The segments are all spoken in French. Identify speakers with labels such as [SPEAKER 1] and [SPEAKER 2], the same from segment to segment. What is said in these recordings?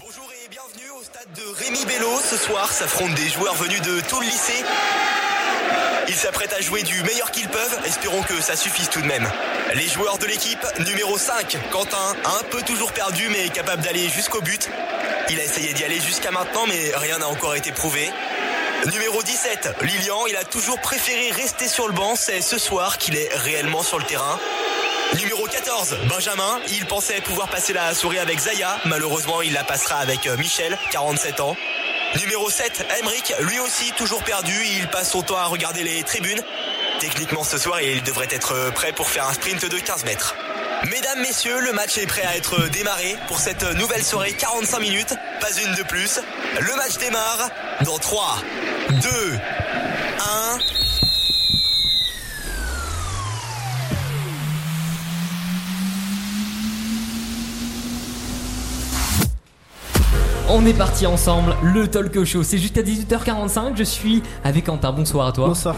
[SPEAKER 1] Bonjour et bienvenue au stade de Rémi Bello. Ce soir s'affrontent des joueurs venus de tout le lycée. Ils s'apprêtent à jouer du meilleur qu'ils peuvent, espérons que ça suffise tout de même. Les joueurs de l'équipe, numéro 5, Quentin, un peu toujours perdu mais capable d'aller jusqu'au but. Il a essayé d'y aller jusqu'à maintenant mais rien n'a encore été prouvé. Numéro 17, Lilian, il a toujours préféré rester sur le banc, c'est ce soir qu'il est réellement sur le terrain. Numéro 14, Benjamin, il pensait pouvoir passer la souris avec Zaya, malheureusement il la passera avec euh, Michel, 47 ans. Numéro 7, Emric, lui aussi toujours perdu, il passe son temps à regarder les tribunes. Techniquement ce soir il devrait être euh, prêt pour faire un sprint de 15 mètres. Mesdames, messieurs, le match est prêt à être euh, démarré pour cette euh, nouvelle soirée 45 minutes, pas une de plus. Le match démarre dans 3, 2, 1.
[SPEAKER 2] On est parti ensemble, le Talk Show. C'est jusqu'à 18h45. Je suis avec Quentin. Bonsoir à toi.
[SPEAKER 3] Bonsoir.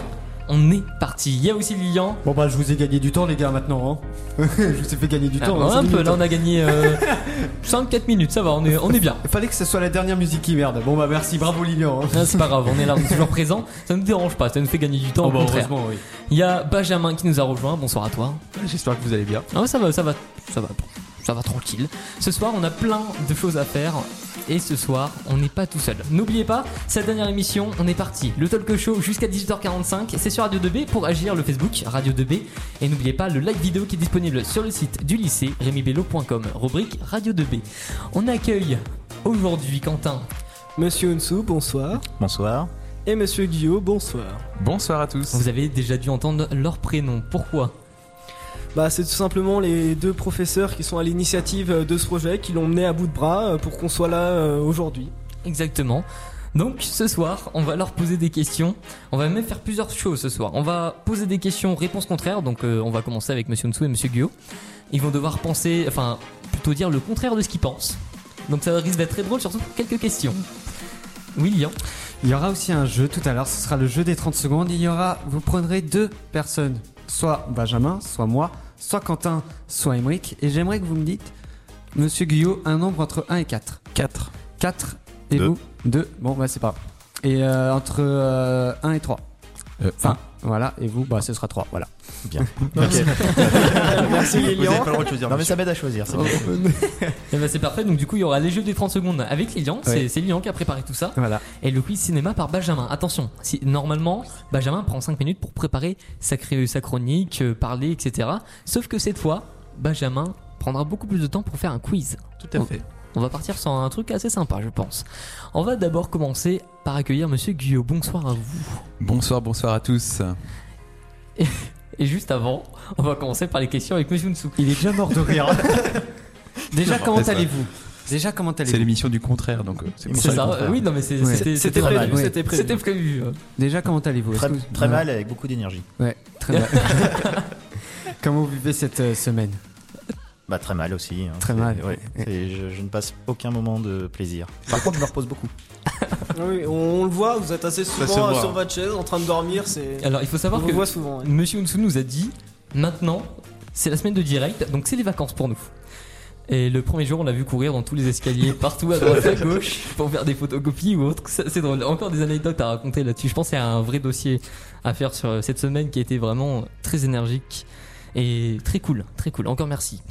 [SPEAKER 2] On est parti. Il y a aussi Lilian.
[SPEAKER 3] Bon bah je vous ai gagné du temps les gars maintenant. Hein. je vous ai fait gagner du
[SPEAKER 2] Ah,
[SPEAKER 3] temps. hein,
[SPEAKER 2] un
[SPEAKER 3] cinq
[SPEAKER 2] peu,
[SPEAKER 3] minutes,
[SPEAKER 2] là on
[SPEAKER 3] hein.
[SPEAKER 2] a gagné euh, 5-4 minutes. Ça va, on est, on est bien.
[SPEAKER 3] Il fallait que ce soit la dernière musique qui merde. Bon bah merci, bravo Lilian. hein.
[SPEAKER 2] Ah, C'est pas grave, on est là, on est toujours présent. Ça ne nous dérange pas, ça nous fait gagner du temps.
[SPEAKER 3] Oh,
[SPEAKER 2] au
[SPEAKER 3] bah,
[SPEAKER 2] contraire.
[SPEAKER 3] heureusement oui.
[SPEAKER 2] Il y a Benjamin qui nous a rejoint. Bonsoir à toi.
[SPEAKER 4] J'espère que vous allez bien.
[SPEAKER 2] Ah ouais, ça va, ça va, ça va, ça va tranquille. Ce soir, on a plein de choses à faire. Et ce soir, on n'est pas tout seul. N'oubliez pas, cette dernière émission, on est parti. Le talk show jusqu'à 18h45, c'est sur Radio 2B pour agir le Facebook Radio 2B. Et n'oubliez pas le live vidéo qui est disponible sur le site du lycée remibello.com, rubrique Radio 2B. On accueille aujourd'hui Quentin.
[SPEAKER 5] Monsieur Unsou, bonsoir.
[SPEAKER 4] Bonsoir.
[SPEAKER 5] Et Monsieur Guillaume, bonsoir.
[SPEAKER 4] Bonsoir à tous.
[SPEAKER 2] Vous avez déjà dû entendre leur prénom. Pourquoi
[SPEAKER 5] Bah, c'est tout simplement les deux professeurs qui sont à l'initiative euh, de ce projet qui l'ont mené à bout de bras euh, pour qu'on soit là euh, aujourd'hui.
[SPEAKER 2] Exactement. Donc ce soir, on va leur poser des questions. On va même faire plusieurs choses ce soir. On va poser des questions, réponses contraires. Donc euh, on va commencer avec Monsieur Nsou et Monsieur Guillaume. Ils vont devoir penser, enfin plutôt dire le contraire de ce qu'ils pensent. Donc ça risque d'être très drôle, surtout pour quelques questions. Oui, Lian.
[SPEAKER 3] Il y aura aussi un jeu tout à l'heure, ce sera le jeu des 30 secondes. Il y aura, vous prendrez deux personnes, soit Benjamin, soit moi, soit Quentin, soit Emric. Et j'aimerais que vous me dites, monsieur Guillaume, un nombre entre 1 et 4.
[SPEAKER 4] 4.
[SPEAKER 3] 4 et
[SPEAKER 4] Deux.
[SPEAKER 3] vous 2. Bon bah c'est pas. grave. Et euh, entre 1 et 3.
[SPEAKER 4] Euh,
[SPEAKER 3] Enfin, voilà, et vous, bah ce sera 3, voilà.
[SPEAKER 5] Merci Lilian.
[SPEAKER 4] Non, mais ça m'aide à choisir. c'est bien.
[SPEAKER 2] Et ben c'est parfait. Donc du coup, il y aura les jeux des 30 secondes avec Lilian. C'est-
[SPEAKER 3] Ouais.
[SPEAKER 2] C'est Lilian qui a préparé tout ça.
[SPEAKER 3] Voilà.
[SPEAKER 2] Et le quiz cinéma par Benjamin. Attention, si, normalement, Benjamin prend 5 minutes pour préparer sa, cré- sa chronique, euh, parler, etc. Sauf que cette fois, Benjamin prendra beaucoup plus de temps pour faire un quiz.
[SPEAKER 4] Tout à fait.
[SPEAKER 2] On va partir sur un truc assez sympa, je pense. On va d'abord commencer par accueillir Monsieur Guillaume. Bonsoir à vous.
[SPEAKER 4] Bonsoir, bonsoir à tous.
[SPEAKER 2] Et juste avant, on va commencer par les questions avec Monsieur Nsou.
[SPEAKER 3] Il est déjà mort de rire. Déjà, comment
[SPEAKER 4] C'est ça.
[SPEAKER 3] allez-vous Déjà, comment
[SPEAKER 4] C'est
[SPEAKER 3] allez-vous
[SPEAKER 4] l'émission du contraire, donc euh, c'est pour
[SPEAKER 2] C'est
[SPEAKER 4] que
[SPEAKER 2] ça
[SPEAKER 4] je comprends.
[SPEAKER 2] Oui, non mais c'est-
[SPEAKER 3] Ouais.
[SPEAKER 2] c'était
[SPEAKER 5] C'était
[SPEAKER 2] prévu.
[SPEAKER 5] prévu,
[SPEAKER 3] Ouais.
[SPEAKER 5] c'était prévu.
[SPEAKER 2] C'était prévu.
[SPEAKER 3] Déjà, comment allez-vous Est-ce
[SPEAKER 6] Très,
[SPEAKER 3] que vous-
[SPEAKER 6] très
[SPEAKER 3] voilà.
[SPEAKER 6] mal avec beaucoup d'énergie.
[SPEAKER 3] Ouais, très mal. comment vous vivez cette euh, semaine
[SPEAKER 6] Bah très mal aussi. hein.
[SPEAKER 3] Très
[SPEAKER 6] C'est-
[SPEAKER 3] mal.
[SPEAKER 6] ouais. C'est- je, je ne passe aucun moment de plaisir. Par contre, je me repose beaucoup.
[SPEAKER 5] Oui, on, on le voit, vous êtes assez
[SPEAKER 4] se
[SPEAKER 5] souvent
[SPEAKER 4] voit.
[SPEAKER 5] euh, sur votre chaise en train de dormir. C'est...
[SPEAKER 2] Alors, il faut
[SPEAKER 5] On
[SPEAKER 2] savoir
[SPEAKER 5] vous
[SPEAKER 2] que
[SPEAKER 5] voit souvent. ouais.
[SPEAKER 2] Monsieur Unsu nous a dit maintenant, c'est la semaine de direct, donc c'est les vacances pour nous. Et le premier jour, on l'a vu courir dans tous les escaliers, partout à droite à gauche, pour faire des photocopies ou autre. Ça, C'est drôle. Encore des anecdotes à raconter là-dessus. Je pense qu'il y a un vrai dossier à faire sur euh, cette semaine qui a été vraiment très énergique et très cool. Très cool. Encore merci.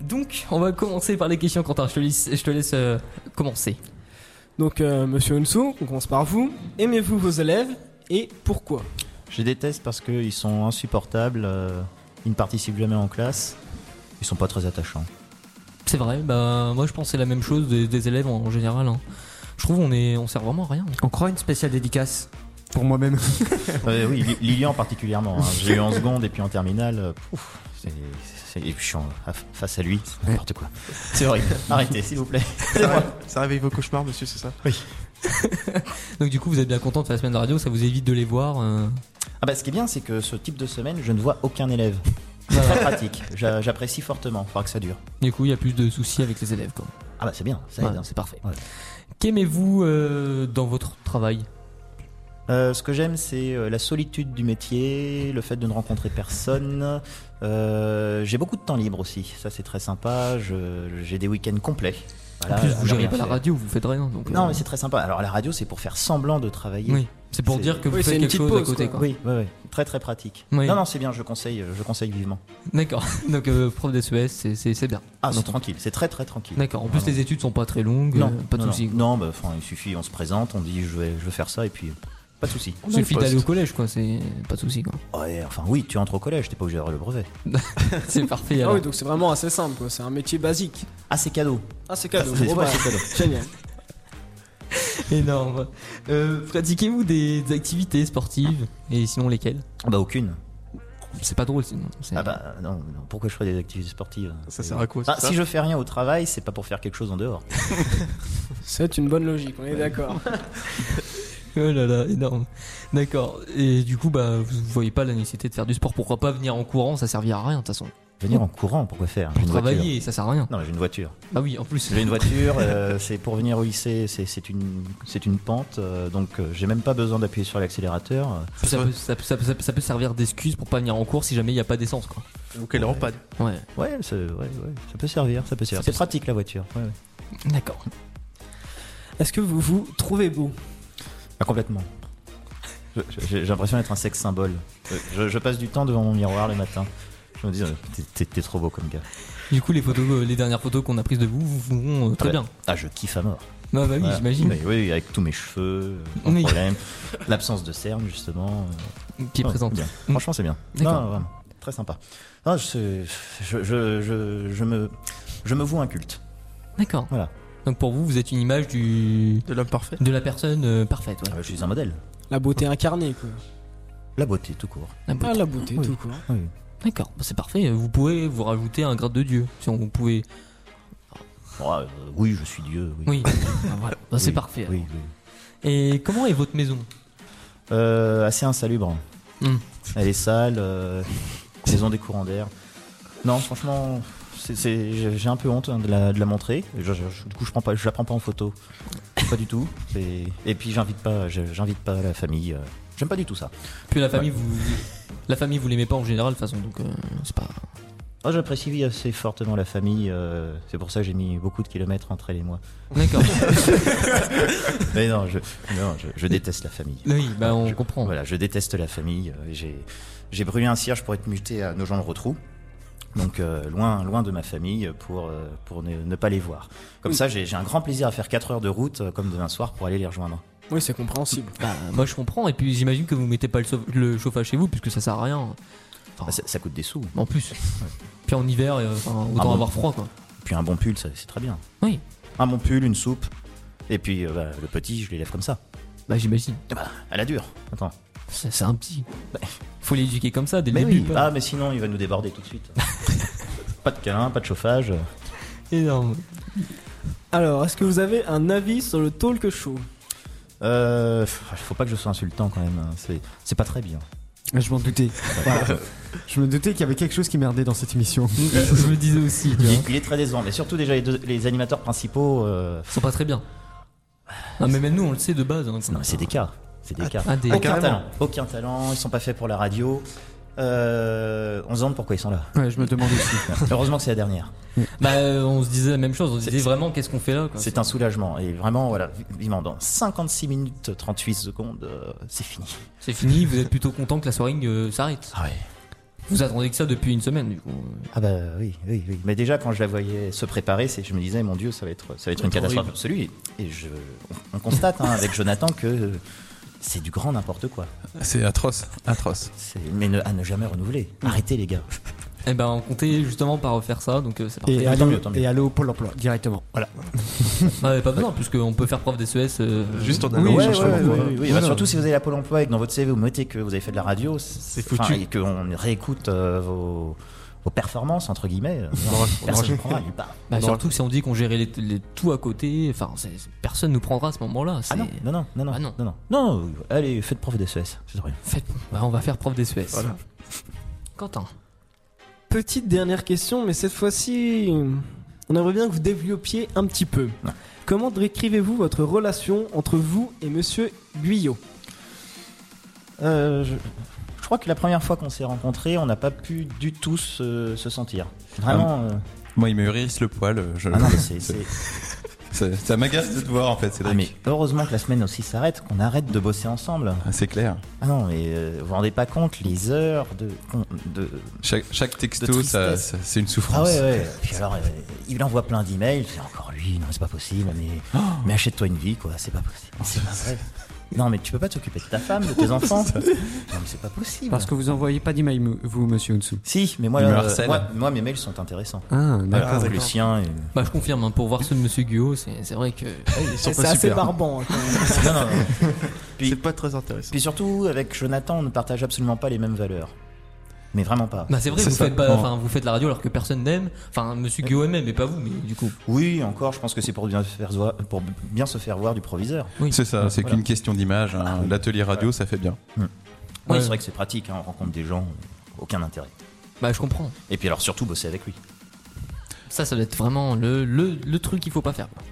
[SPEAKER 2] Donc, on va commencer par les questions, Quentin. Je te laisse, je te laisse euh, commencer.
[SPEAKER 5] Donc, euh, Monsieur Unsou, on commence par vous. Aimez-vous vos élèves et pourquoi
[SPEAKER 6] Je les déteste parce qu'ils sont insupportables. euh, ils ne participent jamais en classe. Ils sont pas très attachants.
[SPEAKER 2] C'est vrai, bah, moi je pense que c'est la même chose des, des élèves en, en général. hein. Je trouve on est, on sert vraiment à rien.
[SPEAKER 3] On croit une spéciale dédicace pour moi-même.
[SPEAKER 6] Euh, oui, Li- Lilian particulièrement. hein. J'ai eu en seconde et puis en terminale. euh, pouf, c'est- c'est et puis je suis en- à- face à lui. c'est N'importe quoi. C'est horrible. Arrêtez, s'il vous plaît.
[SPEAKER 7] Ça réveille vos cauchemars, monsieur, c'est ça
[SPEAKER 2] Donc du coup, vous êtes bien content de faire la semaine de radio, ça vous évite de les voir. euh.
[SPEAKER 6] Ah bah, ce qui est bien, c'est que ce type de semaine, je ne vois aucun élève. C'est très pratique. J'a- J'apprécie fortement. Faudra que ça dure.
[SPEAKER 2] Du coup, il y a plus de soucis avec les élèves. quoi.
[SPEAKER 6] Ah bah c'est bien. Ça
[SPEAKER 2] Ouais,
[SPEAKER 6] aide, hein.
[SPEAKER 2] c'est parfait.
[SPEAKER 6] Ouais.
[SPEAKER 2] Qu'aimez-vous euh, dans votre travail
[SPEAKER 6] Euh, ce que j'aime, c'est euh, la solitude du métier, le fait de ne rencontrer personne. Euh, j'ai beaucoup de temps libre aussi, ça c'est très sympa. Je- j'ai des week-ends complets.
[SPEAKER 2] En
[SPEAKER 6] Voilà,
[SPEAKER 2] plus,
[SPEAKER 6] elle
[SPEAKER 2] vous
[SPEAKER 6] a
[SPEAKER 2] gérez
[SPEAKER 6] rien
[SPEAKER 2] pas la
[SPEAKER 6] fait.
[SPEAKER 2] radio, vous faites rien. Donc,
[SPEAKER 6] Non,
[SPEAKER 2] euh,
[SPEAKER 6] mais c'est très sympa. Alors, la radio, c'est pour faire semblant de travailler.
[SPEAKER 2] Oui, c'est pour
[SPEAKER 6] c'est-
[SPEAKER 2] dire que vous
[SPEAKER 5] Oui, c'est
[SPEAKER 2] faites
[SPEAKER 5] une
[SPEAKER 2] quelque
[SPEAKER 5] petite
[SPEAKER 2] chose à
[SPEAKER 5] pause,
[SPEAKER 2] côté.
[SPEAKER 5] quoi.
[SPEAKER 2] quoi.
[SPEAKER 6] Oui, oui, oui. Très, très pratique.
[SPEAKER 2] Oui.
[SPEAKER 6] Non, non, c'est bien, je conseille, je conseille vivement.
[SPEAKER 2] D'accord. Donc, euh, prof d'SES, c'est- c'est c'est bien.
[SPEAKER 6] Ah, c'est
[SPEAKER 2] D'accord.
[SPEAKER 6] tranquille, c'est très, très tranquille.
[SPEAKER 2] D'accord. En plus,
[SPEAKER 6] Vraiment.
[SPEAKER 2] les études sont pas très longues.
[SPEAKER 6] Non,
[SPEAKER 2] euh, pas de
[SPEAKER 6] non,
[SPEAKER 2] soucis.
[SPEAKER 6] Non, Non, bah, enfin, il suffit, on se présente, on dit je, vais, je veux faire ça, et puis euh, pas de souci.
[SPEAKER 2] Il suffit d'aller au collège, quoi. C'est pas de soucis, quoi.
[SPEAKER 6] Ouais, enfin, oui, tu entres au collège, t'es pas obligé d'avoir le brevet.
[SPEAKER 2] C'est parfait.
[SPEAKER 5] Ah
[SPEAKER 2] alors.
[SPEAKER 5] oui, donc c'est vraiment assez simple, quoi. C'est un métier basique.
[SPEAKER 6] Ah, c'est cadeau.
[SPEAKER 5] Ah, c'est cadeau.
[SPEAKER 6] C'est
[SPEAKER 5] Bon,
[SPEAKER 6] pas-
[SPEAKER 5] bah,
[SPEAKER 6] c'est cadeau.
[SPEAKER 5] Génial.
[SPEAKER 2] Énorme. Euh, Pratiquez-vous des des activités sportives et sinon lesquelles
[SPEAKER 6] Bah, aucune.
[SPEAKER 2] C'est pas drôle sinon. c'est-
[SPEAKER 6] Ah, bah, non, non, pourquoi je ferais des activités sportives
[SPEAKER 7] Mm. Ça sert à quoi
[SPEAKER 6] Ah,
[SPEAKER 7] c'est ça
[SPEAKER 6] si je fais rien au travail, c'est pas pour faire quelque chose en dehors.
[SPEAKER 5] C'est une bonne logique, on est d'accord.
[SPEAKER 2] Oh là là, énorme. D'accord. Et du coup, bah, vous voyez pas la nécessité de faire du sport. Pourquoi pas venir en courant Ça servira à rien de toute façon.
[SPEAKER 6] Venir en courant, pourquoi faire J'ai
[SPEAKER 2] Pour
[SPEAKER 6] une voiture.
[SPEAKER 2] travailler, ça sert à rien.
[SPEAKER 6] Non, mais j'ai une voiture.
[SPEAKER 2] Ah oui, en plus.
[SPEAKER 6] J'ai une voiture, euh, c'est pour venir au lycée, c'est- c'est une, c'est une pente, euh, donc euh, j'ai même pas besoin d'appuyer sur l'accélérateur. euh.
[SPEAKER 2] Ça peut, ça peut- ça peut- ça peut- ça peut servir d'excuse pour pas venir en cours si jamais il n'y a pas d'essence, quoi.
[SPEAKER 7] Ou qu'elle est en panne.
[SPEAKER 2] Ouais.
[SPEAKER 6] Ouais, c'est- ouais, ouais, ça peut servir, ça peut servir. C'est pratique la voiture. ouais, ouais.
[SPEAKER 2] D'accord.
[SPEAKER 5] Est-ce que vous vous trouvez beau
[SPEAKER 6] Pas Ah, complètement. Je- je- J'ai j'ai l'impression d'être un sexe symbole. Euh, Je, je passe du temps devant mon miroir le matin. Je me dis, euh, t'es- t'es- t'es trop beau comme gars.
[SPEAKER 2] Du coup, les photos, euh, les dernières photos qu'on a prises de vous, vous vont euh, très
[SPEAKER 6] Ouais.
[SPEAKER 2] bien.
[SPEAKER 6] Ah, je kiffe à mort.
[SPEAKER 2] Non, bah oui,
[SPEAKER 6] Voilà.
[SPEAKER 2] j'imagine.
[SPEAKER 6] Oui, oui, avec tous mes cheveux, euh, pas de
[SPEAKER 2] Oui.
[SPEAKER 6] problème. L'absence de cernes, justement. euh,
[SPEAKER 2] Qui est
[SPEAKER 6] non,
[SPEAKER 2] présente.
[SPEAKER 6] bien. Franchement, c'est bien. Non,
[SPEAKER 2] D'accord.
[SPEAKER 6] non, vraiment. Très sympa. Non, je, je, je, je, je me, je me voue un culte.
[SPEAKER 2] D'accord.
[SPEAKER 6] Voilà.
[SPEAKER 2] Donc pour vous, vous êtes une image du
[SPEAKER 7] De l'homme parfait
[SPEAKER 2] de la personne euh, parfaite. Ouais.
[SPEAKER 6] Ah, Je suis un modèle.
[SPEAKER 5] La beauté incarnée, quoi.
[SPEAKER 6] La beauté, tout court.
[SPEAKER 2] La beauté.
[SPEAKER 5] Ah, la beauté,
[SPEAKER 6] Oui.
[SPEAKER 5] tout court.
[SPEAKER 6] Oui.
[SPEAKER 2] D'accord, bah, c'est parfait. Vous pouvez vous rajouter un grade de dieu. Si on vous pouvez.
[SPEAKER 6] Oh, euh, oui, je suis Dieu. Oui.
[SPEAKER 2] Oui, Bah, voilà. Bah, c'est
[SPEAKER 6] Oui,
[SPEAKER 2] parfait.
[SPEAKER 6] Oui, oui.
[SPEAKER 2] Et comment est votre maison
[SPEAKER 6] Euh, assez insalubre.
[SPEAKER 2] Hmm.
[SPEAKER 6] Elle est sale, euh, saison des courants d'air. Non, franchement, c'est- c'est- j'ai j'ai un peu honte hein, de, la, de la montrer. Je- je- je- du coup, je prends pas, je la prends pas en photo, pas du tout. Et, et puis, j'invite pas, je- j'invite pas la famille. euh, J'aime pas du tout ça.
[SPEAKER 2] Puis la famille, vous. La famille, vous l'aimez pas en général, de toute façon, donc euh, c'est pas.
[SPEAKER 6] Oh, j'apprécie assez fortement la famille. euh, c'est pour ça que j'ai mis beaucoup de kilomètres entre elle et moi.
[SPEAKER 2] D'accord.
[SPEAKER 6] Mais non, je, non, je- je déteste la famille.
[SPEAKER 2] oui, bah on
[SPEAKER 6] Je-
[SPEAKER 2] comprend.
[SPEAKER 6] Voilà, je déteste la famille. euh, et J'ai, j'ai brûlé un cierge pour être muté à Nogent-le-Rotrou. Donc euh, loin, loin de ma famille pour, euh, pour ne, ne pas les voir. Comme ça, j'ai, j'ai un grand plaisir à faire 4 heures de route, euh, comme demain soir, pour aller les rejoindre.
[SPEAKER 5] Oui, c'est compréhensible.
[SPEAKER 2] Bah, moi je comprends, et puis j'imagine que vous mettez pas le, sau- le chauffage chez vous, puisque ça sert à rien.
[SPEAKER 6] Bah, ça, ça coûte des sous.
[SPEAKER 2] En plus. Puis en hiver, euh, enfin, autant
[SPEAKER 6] Ah bon
[SPEAKER 2] avoir froid, quoi.
[SPEAKER 6] Puis un bon pull, ça, c'est très bien.
[SPEAKER 2] Oui.
[SPEAKER 6] Un bon pull, une soupe. Et puis euh, bah, le petit, je l'élève comme ça.
[SPEAKER 2] Bah j'imagine.
[SPEAKER 6] Ah bah, à la dure. Attends.
[SPEAKER 2] C'est c'est un petit. bah, Faut l'éduquer comme ça dès le
[SPEAKER 6] Mais
[SPEAKER 2] début.
[SPEAKER 6] oui.
[SPEAKER 2] pas-
[SPEAKER 6] Ah, mais sinon, il va nous déborder tout de suite. pas de câlin, pas de chauffage.
[SPEAKER 2] Énorme.
[SPEAKER 5] Alors, est-ce que vous avez un avis sur le talk show
[SPEAKER 6] Euh, faut pas que je sois insultant quand même. hein. C'est, c'est pas très bien.
[SPEAKER 3] Je m'en doutais. Voilà. Je me doutais qu'il y avait quelque chose qui merdait dans cette émission.
[SPEAKER 2] je me disais aussi, tu
[SPEAKER 6] Il,
[SPEAKER 2] vois.
[SPEAKER 6] est- il est très décevant, mais surtout déjà les, deux- les animateurs principaux, euh,
[SPEAKER 2] Ils sont pas très bien. Non, mais même nous, on le sait de base. hein.
[SPEAKER 6] non, c'est des cas, c'est des cas.
[SPEAKER 2] Ah, des-
[SPEAKER 6] aucun
[SPEAKER 7] carrément.
[SPEAKER 6] talent, aucun talent, ils sont pas faits pour la radio. Euh, on se demande pourquoi ils sont là.
[SPEAKER 3] Ouais, je me demande aussi.
[SPEAKER 6] Heureusement que c'est la dernière.
[SPEAKER 2] Bah, euh, on se disait la même chose. On se
[SPEAKER 6] C'est-
[SPEAKER 2] disait vraiment, qu'est-ce qu'on fait là quoi.
[SPEAKER 6] C'est un soulagement et vraiment voilà, vivement dans 56 minutes 38 secondes, euh, c'est fini.
[SPEAKER 2] C'est fini. Vous êtes plutôt content que la soirée euh, s'arrête.
[SPEAKER 6] Ah ouais.
[SPEAKER 2] Vous attendez que ça depuis une semaine, du coup.
[SPEAKER 6] Ah bah oui, oui, oui. Mais déjà quand je la voyais se préparer, c'est, je me disais mon Dieu, ça va être, ça va être une catastrophe absolue. Et je, on, on constate hein, avec Jonathan que euh, c'est du grand n'importe quoi.
[SPEAKER 4] C'est atroce, atroce.
[SPEAKER 6] C'est- mais ne- à ne jamais renouveler. Arrêtez les gars.
[SPEAKER 2] Et ben, on comptait justement pas refaire ça, donc euh, c'est parti.
[SPEAKER 3] Et
[SPEAKER 6] Tant
[SPEAKER 3] allô,
[SPEAKER 6] mieux, tant mieux.
[SPEAKER 3] et allô au Pôle emploi directement. Voilà.
[SPEAKER 2] Ah, ouais, pas besoin, puisqu'on peut faire preuve des SES. euh,
[SPEAKER 7] Juste en
[SPEAKER 3] Oui,
[SPEAKER 7] allant
[SPEAKER 3] ouais,
[SPEAKER 7] chercher
[SPEAKER 3] ouais,
[SPEAKER 7] le
[SPEAKER 3] ouais,
[SPEAKER 7] mot.
[SPEAKER 3] ouais.
[SPEAKER 6] Oui, bah, surtout si vous avez la Pôle emploi et que dans votre CV vous mettez que vous avez fait de la radio, c'est
[SPEAKER 7] foutu.
[SPEAKER 6] enfin, Et qu'on réécoute euh, vos, vos performances, entre guillemets. euh,
[SPEAKER 7] On aura- on
[SPEAKER 6] personne ne
[SPEAKER 7] aura-
[SPEAKER 6] prendra nulle part.
[SPEAKER 2] Bah,
[SPEAKER 7] Non.
[SPEAKER 2] surtout si on dit qu'on gérait les, les- tout à côté, enfin, c'est- personne nous prendra à ce moment-là.
[SPEAKER 6] Ah non,
[SPEAKER 2] c'est-
[SPEAKER 6] non, non, non, non,
[SPEAKER 2] Ah non.
[SPEAKER 6] non, non. Non, non, oui, allez, faites prof d'SES. C'est vrai.
[SPEAKER 2] Faites- bah, on va faire preuve des SES. Quentin.
[SPEAKER 5] Petite dernière question, mais cette fois-ci, on aimerait bien que vous développiez un petit peu.
[SPEAKER 6] Ouais.
[SPEAKER 5] Comment décrivez-vous votre relation entre vous et Monsieur Guyot
[SPEAKER 6] Euh, je... je crois que la première fois qu'on s'est rencontrés, on n'a pas pu du tout se, se sentir. Vraiment. euh,
[SPEAKER 4] Moi, il me hérisse le poil. euh, Je...
[SPEAKER 6] Ah non, mais c'est. c'est-
[SPEAKER 4] Ça, ça m'agace de te voir en fait,
[SPEAKER 6] Ah,
[SPEAKER 4] Cédric.
[SPEAKER 6] mais heureusement que la semaine aussi s'arrête, qu'on arrête de bosser ensemble.
[SPEAKER 4] Ah, c'est clair.
[SPEAKER 6] Ah non, mais euh, vous vous rendez pas compte les heures de. de...
[SPEAKER 4] Chaque, chaque
[SPEAKER 6] De
[SPEAKER 4] texto,
[SPEAKER 6] tristesse.
[SPEAKER 4] ça, ça- c'est une
[SPEAKER 6] Ah
[SPEAKER 4] souffrance.
[SPEAKER 6] ouais, ouais. Puis alors, euh, il envoie plein d'emails. C'est encore lui, non, c'est pas possible, mais, mais achète-toi une vie, quoi, c'est pas possible. C'est pas vrai. Non, mais tu peux pas t'occuper de ta femme, de tes enfants. non, mais c'est pas possible.
[SPEAKER 3] Parce que vous envoyez pas d'email, mou- vous, monsieur Hunsu.
[SPEAKER 6] Si, mais moi,
[SPEAKER 4] Il me
[SPEAKER 6] euh,
[SPEAKER 4] harcèle.
[SPEAKER 6] moi, moi, mes mails sont intéressants.
[SPEAKER 3] Ah,
[SPEAKER 6] Voilà,
[SPEAKER 3] d'accord.
[SPEAKER 6] le sien et-
[SPEAKER 2] Bah, je confirme, hein, pour voir ceux de Monsieur Guillaume, c'est c'est vrai que.
[SPEAKER 7] Ils sont
[SPEAKER 5] C'est
[SPEAKER 7] pas
[SPEAKER 5] assez
[SPEAKER 7] super.
[SPEAKER 5] barbant. hein, quand même.
[SPEAKER 6] Non, non, non.
[SPEAKER 7] C'est pas très intéressant.
[SPEAKER 6] Puis surtout, avec Jonathan, on ne partage absolument pas les mêmes valeurs. Mais vraiment pas.
[SPEAKER 2] Bah, c'est vrai,
[SPEAKER 4] C'est
[SPEAKER 2] vous
[SPEAKER 4] ça.
[SPEAKER 2] faites, pas,
[SPEAKER 4] Non.
[SPEAKER 2] enfin, vous faites la radio alors que personne n'aime. Enfin, Monsieur Guillaume aime, mais pas vous, mais du coup.
[SPEAKER 6] Oui, encore, je pense que c'est pour bien, se faire voir, pour bien se faire voir du proviseur.
[SPEAKER 4] C'est ça, c'est
[SPEAKER 6] Voilà.
[SPEAKER 4] qu'une question d'image. hein. L'atelier radio, ça fait bien.
[SPEAKER 6] Oui,
[SPEAKER 2] Ouais.
[SPEAKER 6] c'est vrai que c'est pratique, hein, on rencontre des gens, aucun intérêt.
[SPEAKER 2] Bah, je comprends.
[SPEAKER 6] Et puis alors, surtout bosser avec lui.
[SPEAKER 2] Ça, ça doit être vraiment le, le, le truc qu'il faut pas faire. quoi.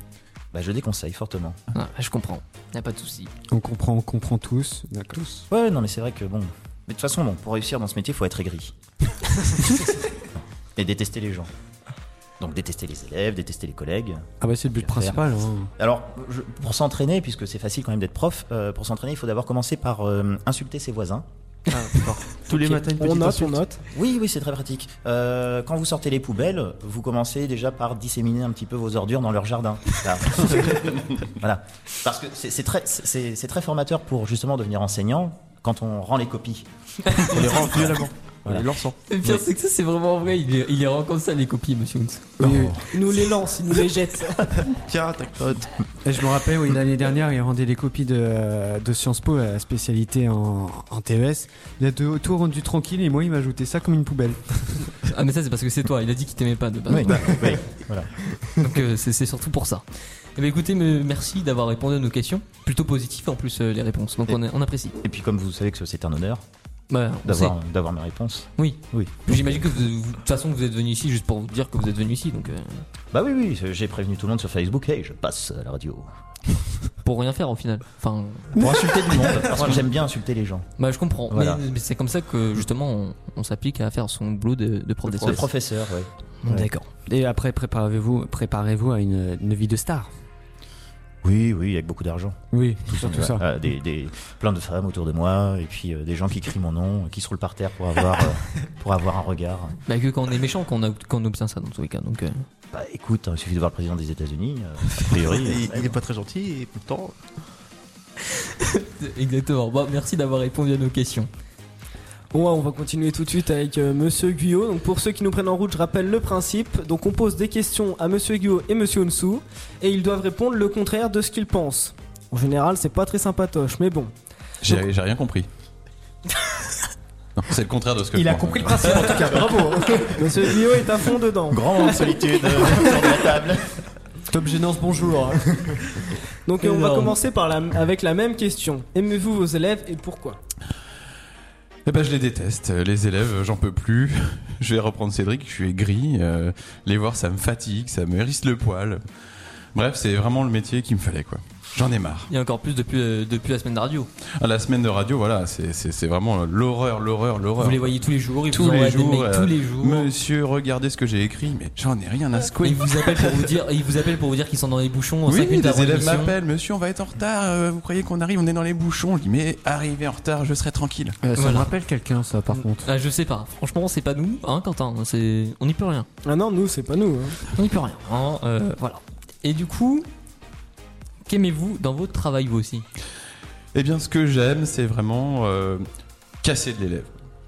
[SPEAKER 6] Bah, je déconseille fortement.
[SPEAKER 2] Ah, je comprends. Y a pas de souci.
[SPEAKER 3] On comprend, on comprend tous. D'accord.
[SPEAKER 6] Ouais, non, mais c'est vrai que bon. Mais de toute façon, bon, pour réussir dans ce métier, faut être aigri. Et détester les gens. Donc, détester les élèves, détester les collègues.
[SPEAKER 3] Ah bah c'est le but
[SPEAKER 6] Faire.
[SPEAKER 3] principal. hein.
[SPEAKER 6] Alors, je- pour s'entraîner, puisque c'est facile quand même d'être prof, euh, pour s'entraîner, il faut d'abord commencer par euh, insulter ses voisins.
[SPEAKER 7] Tous les matins, une
[SPEAKER 5] On
[SPEAKER 7] petite
[SPEAKER 5] note, on
[SPEAKER 7] insulte.
[SPEAKER 5] note.
[SPEAKER 6] Oui, oui, c'est très pratique. Euh, quand vous sortez les poubelles, vous commencez déjà par disséminer un petit peu vos ordures dans leur jardin. Voilà. Voilà. Parce que c'est c'est très, c'est c'est très formateur pour justement devenir enseignant quand on rend les copies.
[SPEAKER 7] On les rend violemment. On
[SPEAKER 6] Voilà.
[SPEAKER 7] les lance.
[SPEAKER 2] Le pire, c'est que ça, c'est vraiment vrai. Il est, il est rend comme ça, les copies, monsieur Hunt.
[SPEAKER 5] Il nous les lance, il nous les jette.
[SPEAKER 7] Tiens, tac, note.
[SPEAKER 3] Et je me rappelle, oui, l'année dernière, il rendait les copies de, euh, de Sciences Po à la spécialité en, en E TES. Il a tout tout rendu tranquille et moi, il m'a ajouté ça comme une poubelle.
[SPEAKER 2] Ah, mais ça, c'est parce que c'est toi. Il a dit qu'il t'aimait pas de base.
[SPEAKER 6] Oui, oui.
[SPEAKER 2] Donc, euh, c'est c'est surtout pour ça. Eh bien, écoutez, me- merci d'avoir répondu à nos questions. Plutôt positives en plus, euh, les réponses. Donc, on, on apprécie.
[SPEAKER 6] Et puis, comme vous savez que c'est un honneur
[SPEAKER 2] Bah, on sait.
[SPEAKER 6] d'avoir d'avoir mes réponses.
[SPEAKER 2] Oui.
[SPEAKER 6] Oui.
[SPEAKER 2] Puis J'imagine que vous- vous- de toute façon, vous êtes venu ici juste pour vous dire que vous êtes venu ici. Donc, euh,
[SPEAKER 6] Bah oui, oui, j'ai prévenu tout le monde sur Facebook. Hey, je passe à la radio.
[SPEAKER 2] pour rien faire au final. Enfin,
[SPEAKER 6] Pour insulter du monde. Parce que j'aime bien insulter les gens.
[SPEAKER 2] bah, je comprends.
[SPEAKER 6] Voilà.
[SPEAKER 2] Mais, mais c'est comme ça que justement, on, on s'applique à faire son boulot de, de prof
[SPEAKER 6] Le
[SPEAKER 2] d'ESS.
[SPEAKER 6] professeur, ouais.
[SPEAKER 2] Bon, D'accord.
[SPEAKER 3] Et après, préparez-vous préparez-vous à une, une vie de star.
[SPEAKER 6] Oui, oui, avec beaucoup d'argent.
[SPEAKER 3] Oui, surtout ça.
[SPEAKER 6] Euh, des, des- plein de femmes autour de moi, et puis euh, des gens qui crient mon nom, qui se roulent par terre pour avoir, euh, pour avoir un regard.
[SPEAKER 2] Bah, que quand on est méchant, qu'on a- qu'on obtient ça dans tous les cas. Donc, euh,
[SPEAKER 6] Bah écoute, hein, il suffit de voir le président des États-Unis, euh, a priori.
[SPEAKER 7] Il,
[SPEAKER 6] euh,
[SPEAKER 7] il est pas très gentil et pourtant.
[SPEAKER 2] Exactement. Bon, merci d'avoir répondu à nos questions.
[SPEAKER 5] Bon, ouais, on va continuer tout de suite avec euh, Monsieur Guyot. Donc, pour ceux qui nous prennent en route, je rappelle le principe. Donc, on pose des questions à Monsieur Guyot et Monsieur Onsu, et ils doivent répondre le contraire de ce qu'ils pensent. En général, c'est pas très sympatoche, mais bon.
[SPEAKER 4] J'ai j'ai rien compris. Non, c'est le contraire de ce que je pense.
[SPEAKER 5] principe en tout cas, bravo. hein. Monsieur Guyot est à fond dedans.
[SPEAKER 6] Grand moment de solitude euh, autour de la table.
[SPEAKER 3] Top gênance, bonjour.
[SPEAKER 5] Donc, euh, on va
[SPEAKER 2] Énorme.
[SPEAKER 5] commencer par la, avec la même question. Aimez-vous vos élèves et pourquoi
[SPEAKER 4] Eh ben, je les déteste. Les élèves, j'en peux plus. Je vais reprendre Cédric, je suis aigri. Euh, les voir, ça me fatigue, ça me hérisse le poil. Bref, c'est vraiment le métier qu'il me fallait, quoi. J'en ai marre.
[SPEAKER 2] Il y a encore plus depuis, euh, depuis la semaine de radio.
[SPEAKER 4] Ah, la semaine de radio, voilà, c'est- c'est c'est vraiment l'horreur, l'horreur, l'horreur.
[SPEAKER 2] Vous les voyez tous les jours, ils
[SPEAKER 4] tous
[SPEAKER 2] vous
[SPEAKER 4] les,
[SPEAKER 2] envoient
[SPEAKER 4] jours,
[SPEAKER 2] des mails
[SPEAKER 4] euh,
[SPEAKER 2] tous les jours.
[SPEAKER 4] Monsieur, regardez ce que j'ai écrit, mais j'en ai rien à secouer.
[SPEAKER 2] Ils vous appellent pour vous dire, ils vous appellent pour vous dire qu'ils sont dans les bouchons. en
[SPEAKER 4] Oui,
[SPEAKER 2] cinq minutes
[SPEAKER 4] les
[SPEAKER 2] avant
[SPEAKER 4] élèves
[SPEAKER 2] l'émission.
[SPEAKER 4] m'appellent, monsieur, on va être en retard, euh, vous croyez qu'on arrive, on est dans les bouchons. Je dis, mais arrivez en retard, je serai tranquille.
[SPEAKER 3] Euh, ça
[SPEAKER 2] Voilà.
[SPEAKER 3] me rappelle quelqu'un, ça, par contre.
[SPEAKER 2] Ah, je sais pas. Franchement, c'est pas nous, hein, Quentin. C'est, on n'y peut rien.
[SPEAKER 5] Ah non, nous, c'est pas nous. hein.
[SPEAKER 2] On n'y peut rien. hein, euh, voilà. Et du coup, qu'aimez-vous dans votre travail vous aussi
[SPEAKER 4] Eh bien, ce que j'aime, c'est vraiment euh, casser de l'élève.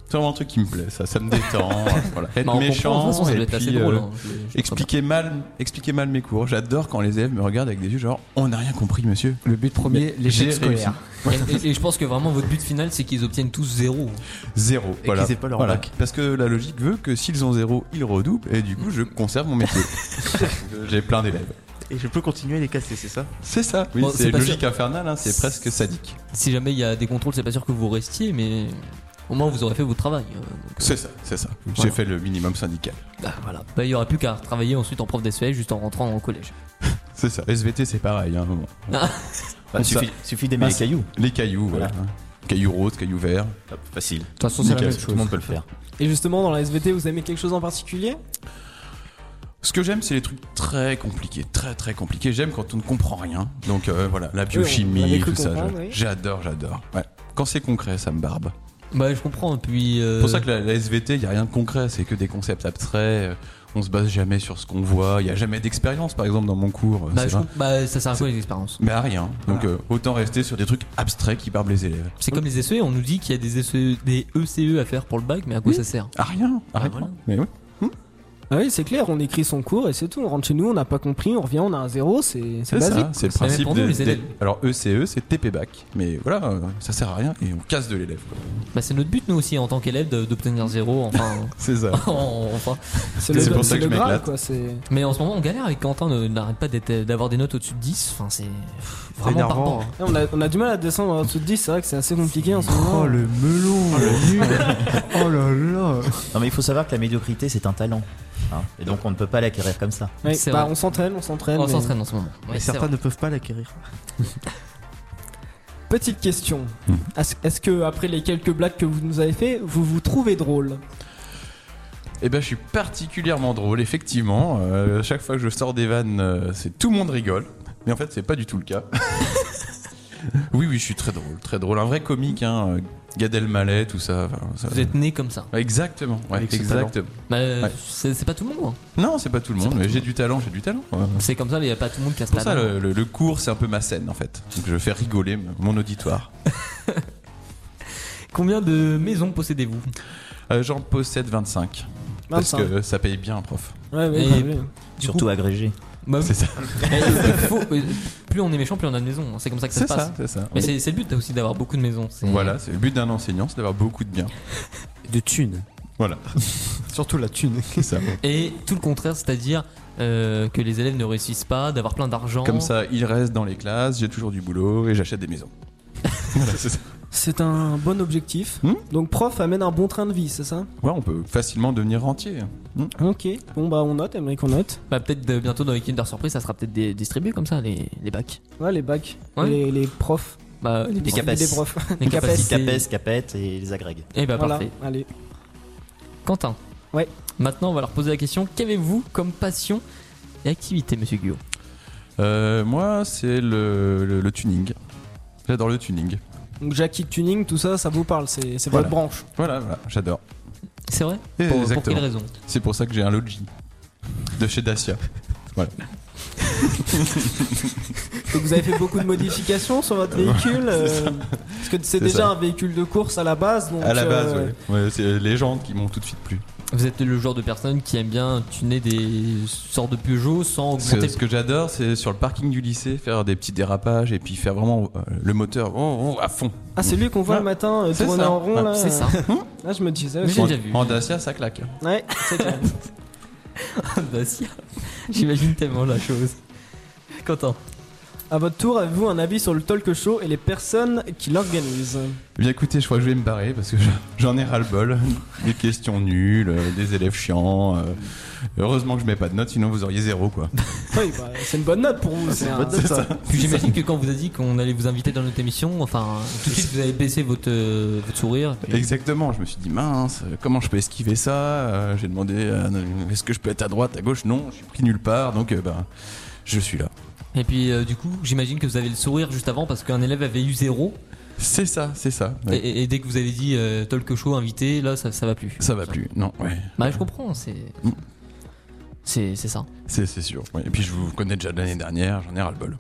[SPEAKER 4] C'est vraiment un truc qui me plaît, ça, ça me détend. voilà. Être
[SPEAKER 2] Bah, on comprend, de
[SPEAKER 4] méchant,
[SPEAKER 2] toute façon, ça
[SPEAKER 4] et
[SPEAKER 2] doit être
[SPEAKER 4] puis,
[SPEAKER 2] assez drôle.
[SPEAKER 4] euh,
[SPEAKER 2] hein, je- je comprends
[SPEAKER 4] expliquer mal, expliquer mal mes cours. J'adore quand les élèves me regardent avec des yeux genre, on n'a rien compris, monsieur.
[SPEAKER 3] Le but premier, l'échec
[SPEAKER 4] j'ai
[SPEAKER 3] scolaire.
[SPEAKER 2] pas. Et, et- et je pense que vraiment votre but final, c'est qu'ils obtiennent tous zéro.
[SPEAKER 4] Zéro.
[SPEAKER 7] Et qu'ils aient pas leur bac.
[SPEAKER 4] Parce que la logique veut que s'ils ont zéro, ils redoublent et du coup, je conserve mon métier. J'ai plein d'élèves.
[SPEAKER 7] Et je peux continuer à les casser, c'est ça
[SPEAKER 8] Euh,
[SPEAKER 4] C'est ça. Oui,
[SPEAKER 2] Bon, c'est
[SPEAKER 4] c'est
[SPEAKER 2] pas
[SPEAKER 4] logique infernale, hein, c'est presque sadique.
[SPEAKER 2] Si jamais il y a des contrôles, c'est pas sûr que vous restiez, mais au moins vous aurez fait votre travail. euh, donc,
[SPEAKER 4] C'est ça, c'est ça. J'ai
[SPEAKER 2] Voilà.
[SPEAKER 4] fait le minimum syndical.
[SPEAKER 2] bah, voilà. Bah, il y aura plus qu'à travailler ensuite en prof d'SPL juste en rentrant au collège.
[SPEAKER 4] C'est ça. SVT, c'est pareil. hein, bon.
[SPEAKER 6] Bah, suffit, suffit d'aimer les
[SPEAKER 4] Mince.
[SPEAKER 6] cailloux.
[SPEAKER 4] Les cailloux, voilà.
[SPEAKER 6] Voilà.
[SPEAKER 4] hein. Cailloux roses, cailloux verts.
[SPEAKER 6] Hop, Bah, facile.
[SPEAKER 3] De toute façon, c'est la
[SPEAKER 4] Nickel,
[SPEAKER 3] même
[SPEAKER 4] tout
[SPEAKER 6] Tout le
[SPEAKER 3] chose.
[SPEAKER 6] monde peut le faire.
[SPEAKER 5] Et justement, dans la SVT, vous aimez quelque chose en particulier
[SPEAKER 4] Ce que j'aime, c'est les trucs très compliqués, très très compliqués. J'aime quand on ne comprend rien. Donc euh, voilà, la
[SPEAKER 5] on avait
[SPEAKER 4] biochimie,
[SPEAKER 5] cru
[SPEAKER 4] tout ça.
[SPEAKER 5] comprendre,
[SPEAKER 4] je-
[SPEAKER 5] oui.
[SPEAKER 4] J'adore, j'adore. Ouais. Quand c'est concret, ça me barbe.
[SPEAKER 2] Bah, je comprends. Et puis. euh,
[SPEAKER 4] C'est pour ça que la, la SVT, il n'y a rien de concret, c'est que des concepts abstraits. euh, On se base jamais sur ce qu'on voit. Il n'y a jamais d'expérience, par exemple, dans mon cours. euh,
[SPEAKER 2] bah,
[SPEAKER 4] c'est
[SPEAKER 2] je
[SPEAKER 4] vrai.
[SPEAKER 2] comp- bah, ça sert à quoi les expériences
[SPEAKER 4] Mais à rien. Donc euh, autant rester sur des trucs abstraits qui barbent les élèves.
[SPEAKER 2] C'est comme les SE, on nous dit qu'il y a des, SE des ECE à faire pour le bac, mais à quoi
[SPEAKER 4] Oui.
[SPEAKER 2] ça sert
[SPEAKER 4] À rien.
[SPEAKER 2] Ah,
[SPEAKER 4] À rien.
[SPEAKER 2] voilà.
[SPEAKER 4] Mais oui.
[SPEAKER 5] Ah oui, c'est clair, on écrit son cours et c'est tout. On rentre chez nous, on n'a pas compris, on revient, on a un zéro, c'est c'est
[SPEAKER 4] C'est
[SPEAKER 5] basique.
[SPEAKER 4] ça, c'est le
[SPEAKER 2] C'est même
[SPEAKER 4] principe
[SPEAKER 2] pour nous,
[SPEAKER 4] des-
[SPEAKER 2] les élèves.
[SPEAKER 4] des- Alors ECE, c'est TP bac, mais voilà, euh, ça sert à rien et on casse de l'élève. quoi.
[SPEAKER 2] Bah, c'est notre but, nous aussi, en tant qu'élèves, de- d'obtenir zéro, enfin.
[SPEAKER 4] C'est ça.
[SPEAKER 2] en- enfin.
[SPEAKER 5] C'est le,
[SPEAKER 4] C'est pour ça
[SPEAKER 5] c'est
[SPEAKER 4] que
[SPEAKER 5] le
[SPEAKER 4] je
[SPEAKER 5] Graal,
[SPEAKER 4] m'éclate.
[SPEAKER 5] quoi. c'est-
[SPEAKER 2] Mais en ce moment, on galère avec Quentin, ne- n'arrête pas d'être- d'avoir des notes au-dessus de 10. Enfin, c'est pff, vraiment
[SPEAKER 7] énervant.
[SPEAKER 2] barbant.
[SPEAKER 5] Ah, On a, on a du mal à descendre en dessous de 10, c'est vrai que c'est assez compliqué en ce moment.
[SPEAKER 3] Oh le melon Oh là là
[SPEAKER 6] Non, mais il faut savoir que la médiocrité, c'est un talent. hein. et donc, on ne peut pas l'acquérir comme ça.
[SPEAKER 5] Ouais,
[SPEAKER 2] c'est
[SPEAKER 5] bah,
[SPEAKER 2] vrai.
[SPEAKER 5] on s'entraîne, on s'entraîne.
[SPEAKER 2] Oh, On
[SPEAKER 5] mais-
[SPEAKER 2] s'entraîne en ce moment. Ouais,
[SPEAKER 7] Et
[SPEAKER 2] c'est
[SPEAKER 7] certains
[SPEAKER 2] vrai.
[SPEAKER 7] ne peuvent pas l'acquérir.
[SPEAKER 5] Petite question.
[SPEAKER 4] Hmm.
[SPEAKER 5] Est-ce est-ce que, après les quelques blagues que vous nous avez fait, vous vous trouvez drôle
[SPEAKER 4] Eh ben, je suis particulièrement drôle, effectivement. Euh, chaque fois que je sors des vannes, euh, c'est tout le monde rigole. Mais en fait, c'est pas du tout le cas. oui, oui, je suis très drôle, très drôle. Un vrai comique, hein. euh, Gad Elmaleh, tout ça. enfin, ça-
[SPEAKER 2] Vous êtes né comme ça.
[SPEAKER 4] Exactement. ouais,
[SPEAKER 7] Avec ce
[SPEAKER 4] exactement.
[SPEAKER 2] Bah, euh,
[SPEAKER 4] Ouais.
[SPEAKER 2] c'est c'est pas tout le monde. hein.
[SPEAKER 4] Non, c'est pas tout le monde, mais j'ai du talent, j'ai du talent. ouais.
[SPEAKER 2] C'est comme ça, il n'y a pas tout le monde qui a ce
[SPEAKER 4] C'est pour ça,
[SPEAKER 2] talent.
[SPEAKER 4] le, le- le cours, c'est un peu ma scène, en fait. Donc, je fais rigoler mon auditoire.
[SPEAKER 2] Combien de maisons possédez-vous
[SPEAKER 4] Euh, J'en possède 25. Parce
[SPEAKER 5] 25.
[SPEAKER 4] que ça paye bien, prof.
[SPEAKER 5] Ouais, ouais,
[SPEAKER 2] Et-
[SPEAKER 5] bah, oui.
[SPEAKER 2] Du
[SPEAKER 6] Surtout agrégé.
[SPEAKER 2] Bah,
[SPEAKER 4] C'est ça,
[SPEAKER 2] mais il faut- euh, plus on est méchant, plus on a de maisons. hein. C'est comme ça que ça
[SPEAKER 4] c'est
[SPEAKER 2] se passe.
[SPEAKER 4] ça, c'est ça.
[SPEAKER 2] Mais c'est c'est le but aussi d'avoir beaucoup de maisons. c'est-
[SPEAKER 4] Voilà, c'est le but d'un enseignant, c'est d'avoir beaucoup de biens.
[SPEAKER 3] De thunes.
[SPEAKER 4] Voilà,
[SPEAKER 7] Surtout la thune.
[SPEAKER 4] c'est ça.
[SPEAKER 2] Et tout le contraire, c'est-à-dire euh, que les élèves ne réussissent pas, d'avoir plein d'argent.
[SPEAKER 4] Comme ça, il reste dans les classes, j'ai toujours du boulot et j'achète des maisons. voilà, c'est ça.
[SPEAKER 5] C'est un bon objectif.
[SPEAKER 4] Hmm
[SPEAKER 5] Donc, prof amène un bon train de vie, c'est ça
[SPEAKER 4] Ouais, on peut facilement devenir rentier.
[SPEAKER 5] Ok. Bon, bah, on note, aimerait qu'on note.
[SPEAKER 2] Bah, peut-être euh, bientôt dans les Kinder Surprise, ça sera peut-être dé- distribué comme ça, les, les bacs.
[SPEAKER 5] Ouais, les bacs,
[SPEAKER 2] Ouais.
[SPEAKER 5] les, les profs,
[SPEAKER 2] Bah, les,
[SPEAKER 5] profs,
[SPEAKER 6] capes.
[SPEAKER 5] des profs.
[SPEAKER 2] les capacités.
[SPEAKER 6] Capes, capette et les agrègues.
[SPEAKER 2] Eh bah,
[SPEAKER 5] Voilà,
[SPEAKER 2] parfait.
[SPEAKER 5] allez.
[SPEAKER 2] Quentin.
[SPEAKER 5] Ouais.
[SPEAKER 2] Maintenant, on va leur poser la question qu'avez-vous comme passion et activité, monsieur Guillaume
[SPEAKER 4] Euh, moi, c'est le, le- le tuning. J'adore le tuning.
[SPEAKER 5] Donc, Jackie Tuning, tout ça, ça vous parle, c'est c'est
[SPEAKER 4] Voilà.
[SPEAKER 5] votre branche.
[SPEAKER 4] Voilà, voilà, j'adore.
[SPEAKER 2] C'est vrai
[SPEAKER 4] Et
[SPEAKER 2] pour, pour quelle
[SPEAKER 4] Eh, Exactement.
[SPEAKER 2] raison
[SPEAKER 4] c'est pour ça que j'ai un Logi de chez Dacia.
[SPEAKER 5] Donc, vous avez fait beaucoup de modifications sur votre véhicule. euh, parce que c'est
[SPEAKER 4] C'est
[SPEAKER 5] déjà
[SPEAKER 4] ça.
[SPEAKER 5] un véhicule de course à la base. Donc,
[SPEAKER 4] à la base,
[SPEAKER 5] euh,
[SPEAKER 4] ouais. Ouais, c'est les gens qui m'ont tout de suite plu.
[SPEAKER 2] Vous êtes le genre de personne qui aime bien tuner des sortes de Peugeot sans
[SPEAKER 4] Ce que,
[SPEAKER 2] augmenter.
[SPEAKER 4] ce que j'adore, c'est sur le parking du lycée, faire des petits dérapages et puis faire vraiment euh, le moteur oh, oh, à fond.
[SPEAKER 5] Ah, c'est lui qu'on voit
[SPEAKER 4] Ouais.
[SPEAKER 5] le matin euh,
[SPEAKER 4] C'est
[SPEAKER 5] tourner
[SPEAKER 4] ça.
[SPEAKER 5] en rond
[SPEAKER 4] Ouais.
[SPEAKER 5] là.
[SPEAKER 2] C'est ça.
[SPEAKER 5] Là, je me disais.
[SPEAKER 2] Mais
[SPEAKER 5] ok.
[SPEAKER 2] j'ai
[SPEAKER 4] En-
[SPEAKER 2] déjà vu.
[SPEAKER 4] En Dacia, ça claque. hein.
[SPEAKER 5] Ouais, c'est clair.
[SPEAKER 2] Bah, si. J'imagine tellement la chose. Quentin.
[SPEAKER 5] À votre tour, avez-vous un avis sur le talk show et les personnes qui l'organisent
[SPEAKER 4] Eh Bien écoutez, je crois que je vais me barrer parce que je- j'en ai ras-le-bol. Des questions nulles, euh, des élèves chiants. euh, Heureusement que je mets pas de notes, sinon vous auriez zéro quoi.
[SPEAKER 5] Oui, bah, c'est une bonne note pour vous. C'est un-
[SPEAKER 7] ça.
[SPEAKER 2] Puis j'imagine que quand vous a dit qu'on allait vous inviter dans notre émission, enfin, tout de suite vous avez baissé votre, euh, votre sourire.
[SPEAKER 4] Exactement, je me suis dit mince, euh, comment je peux esquiver ça Euh, J'ai demandé euh, est-ce que je peux être à droite, à gauche Non, je suis pris nulle part donc euh, bah, je suis là.
[SPEAKER 2] Et puis euh, du coup, j'imagine que vous avez le sourire juste avant parce qu'un élève avait eu zéro.
[SPEAKER 4] C'est ça, c'est ça.
[SPEAKER 2] Et-
[SPEAKER 4] Ouais.
[SPEAKER 2] Et, et dès que vous avez dit euh, talk show invité, là ça, ça va plus.
[SPEAKER 4] Ça va plus, non, ouais.
[SPEAKER 2] Bah je comprends, c'est.
[SPEAKER 4] Mm.
[SPEAKER 2] C'est c'est ça.
[SPEAKER 4] C'est c'est sûr. Ouais, Et puis je vous connais déjà de l'année dernière, j'en ai ras-le-bol.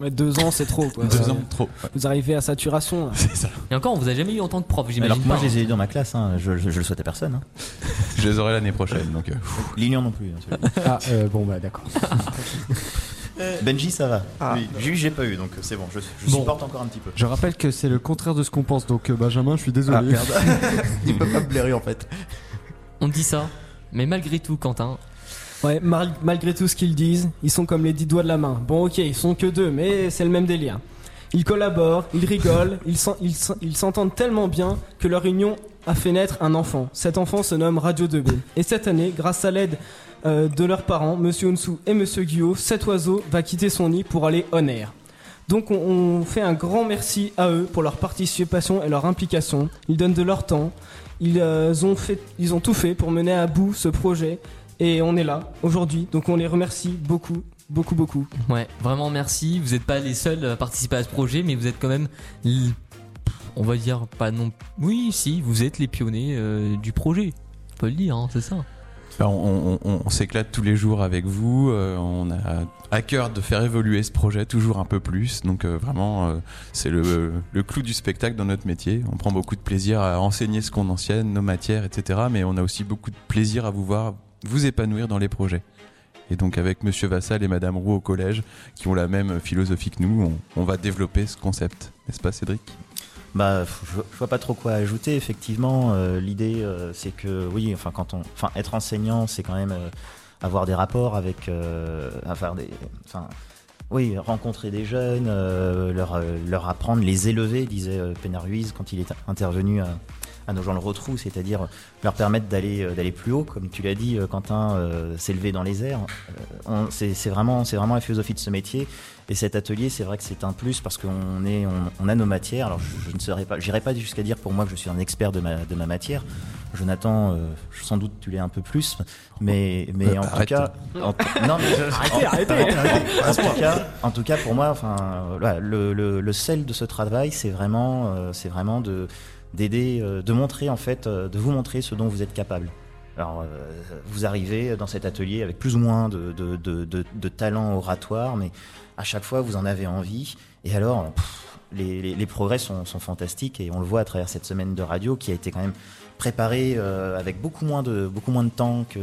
[SPEAKER 5] Ouais, deux ans, c'est trop. Quoi.
[SPEAKER 4] Deux
[SPEAKER 5] Euh,
[SPEAKER 4] ans, trop. Ouais,
[SPEAKER 5] Vous arrivez à saturation. là.
[SPEAKER 4] c'est ça.
[SPEAKER 2] Et encore, on vous a jamais eu en tant que prof,
[SPEAKER 6] Alors
[SPEAKER 2] j'imagine
[SPEAKER 6] que
[SPEAKER 2] pas.
[SPEAKER 6] moi, je les ai eu dans ma classe, hein. je, je- je le souhaite à personne. hein.
[SPEAKER 4] Je les aurai l'année prochaine donc. euh,
[SPEAKER 6] Lignan non plus. hein, celui-là.
[SPEAKER 3] Ah euh, bon bah d'accord.
[SPEAKER 6] Benji, ça va.
[SPEAKER 7] Ah.
[SPEAKER 6] Lui, lui, j'ai pas eu, donc euh, c'est bon, je, je
[SPEAKER 2] Bon.
[SPEAKER 6] supporte encore un petit peu.
[SPEAKER 3] Je rappelle que c'est le contraire de ce qu'on pense donc euh, Benjamin je suis
[SPEAKER 6] Ah,
[SPEAKER 3] désolé.
[SPEAKER 6] merde. Il peut pas me blairer en fait.
[SPEAKER 2] On dit ça, mais malgré tout, Quentin,
[SPEAKER 5] Ouais, mal- malgré tout ce qu'ils disent, ils sont comme les dix doigts de la main. Bon, ok, ils sont que deux, mais c'est le même délire. Ils collaborent, ils rigolent, ils s'en- ils s'en- ils s'entendent tellement bien que leur union a fait naître un enfant. Cet enfant se nomme Radio 2B. Et cette année, grâce à l'aide euh, de leurs parents, Monsieur Onsu et Monsieur Guillaume, cet oiseau va quitter son nid pour aller on air. Donc on, on fait un grand merci à eux pour leur participation et leur implication. Ils donnent de leur temps. Ils, euh, ont fait, ils ont tout fait pour mener à bout ce projet Et on est là aujourd'hui, donc on les remercie beaucoup, beaucoup, beaucoup.
[SPEAKER 2] Ouais, vraiment merci. Vous n'êtes pas les seuls à participer à ce projet, mais vous êtes quand même, l- on va dire pas non. Oui, si, vous êtes les pionniers euh, du projet. On peut le dire, hein, c'est ça.
[SPEAKER 4] Enfin, on, on- on- on s'éclate tous les jours avec vous. euh, on a à cœur de faire évoluer ce projet toujours un peu plus. Donc euh, vraiment, euh, c'est le, le clou du spectacle dans notre métier. On prend beaucoup de plaisir à enseigner ce qu'on enseigne, nos matières, etc. Mais on a aussi beaucoup de plaisir à vous voir vous épanouir dans les projets. Et donc avec Monsieur Vassal et Madame Roux au collège, qui ont la même philosophie que nous, on, on va développer ce concept. N'est-ce pas Cédric
[SPEAKER 6] Bah, f- je, je vois pas trop quoi ajouter. Effectivement, euh, l'idée, euh, c'est que oui, enfin, quand on, enfin, être enseignant, c'est quand même euh, avoir des rapports avec, euh, avoir des, enfin, oui, rencontrer des jeunes, euh, leur, euh, leur apprendre, les élever, disait euh, Pénard Ruiz quand il est intervenu à, à nos gens le retrou, c'est-à-dire euh, leur permettre d'aller euh, d'aller plus haut, comme tu l'as dit, euh, Quentin, euh, s'élever dans les airs. Euh, on- c'est c'est vraiment, c'est vraiment la philosophie de ce métier. Et cet atelier, c'est vrai que c'est un plus parce qu'on est, on, on a nos matières. Alors, je, je ne serai pas, j'irai pas jusqu'à dire pour moi que je suis un expert de ma, de ma matière. Jonathan, euh, sans doute tu l'es un peu plus, mais, mais
[SPEAKER 4] Euh,
[SPEAKER 6] en
[SPEAKER 4] arrête.
[SPEAKER 6] tout cas, en t- non, mais je- en- en- en tout cas, en tout cas, pour moi, enfin, euh, voilà, le, le, le sel de ce travail, c'est vraiment, euh, c'est vraiment de d'aider, euh, de montrer en fait, euh, de vous montrer ce dont vous êtes capable. Alors, euh, vous arrivez dans cet atelier avec plus ou moins de, de, de, de- de talent oratoire, mais à chaque fois, vous en avez envie. Et alors, pff, les, les- les progrès sont, sont fantastiques et on le voit à travers cette semaine de radio qui a été quand même préparée euh, avec beaucoup moins de, beaucoup moins de temps qu'il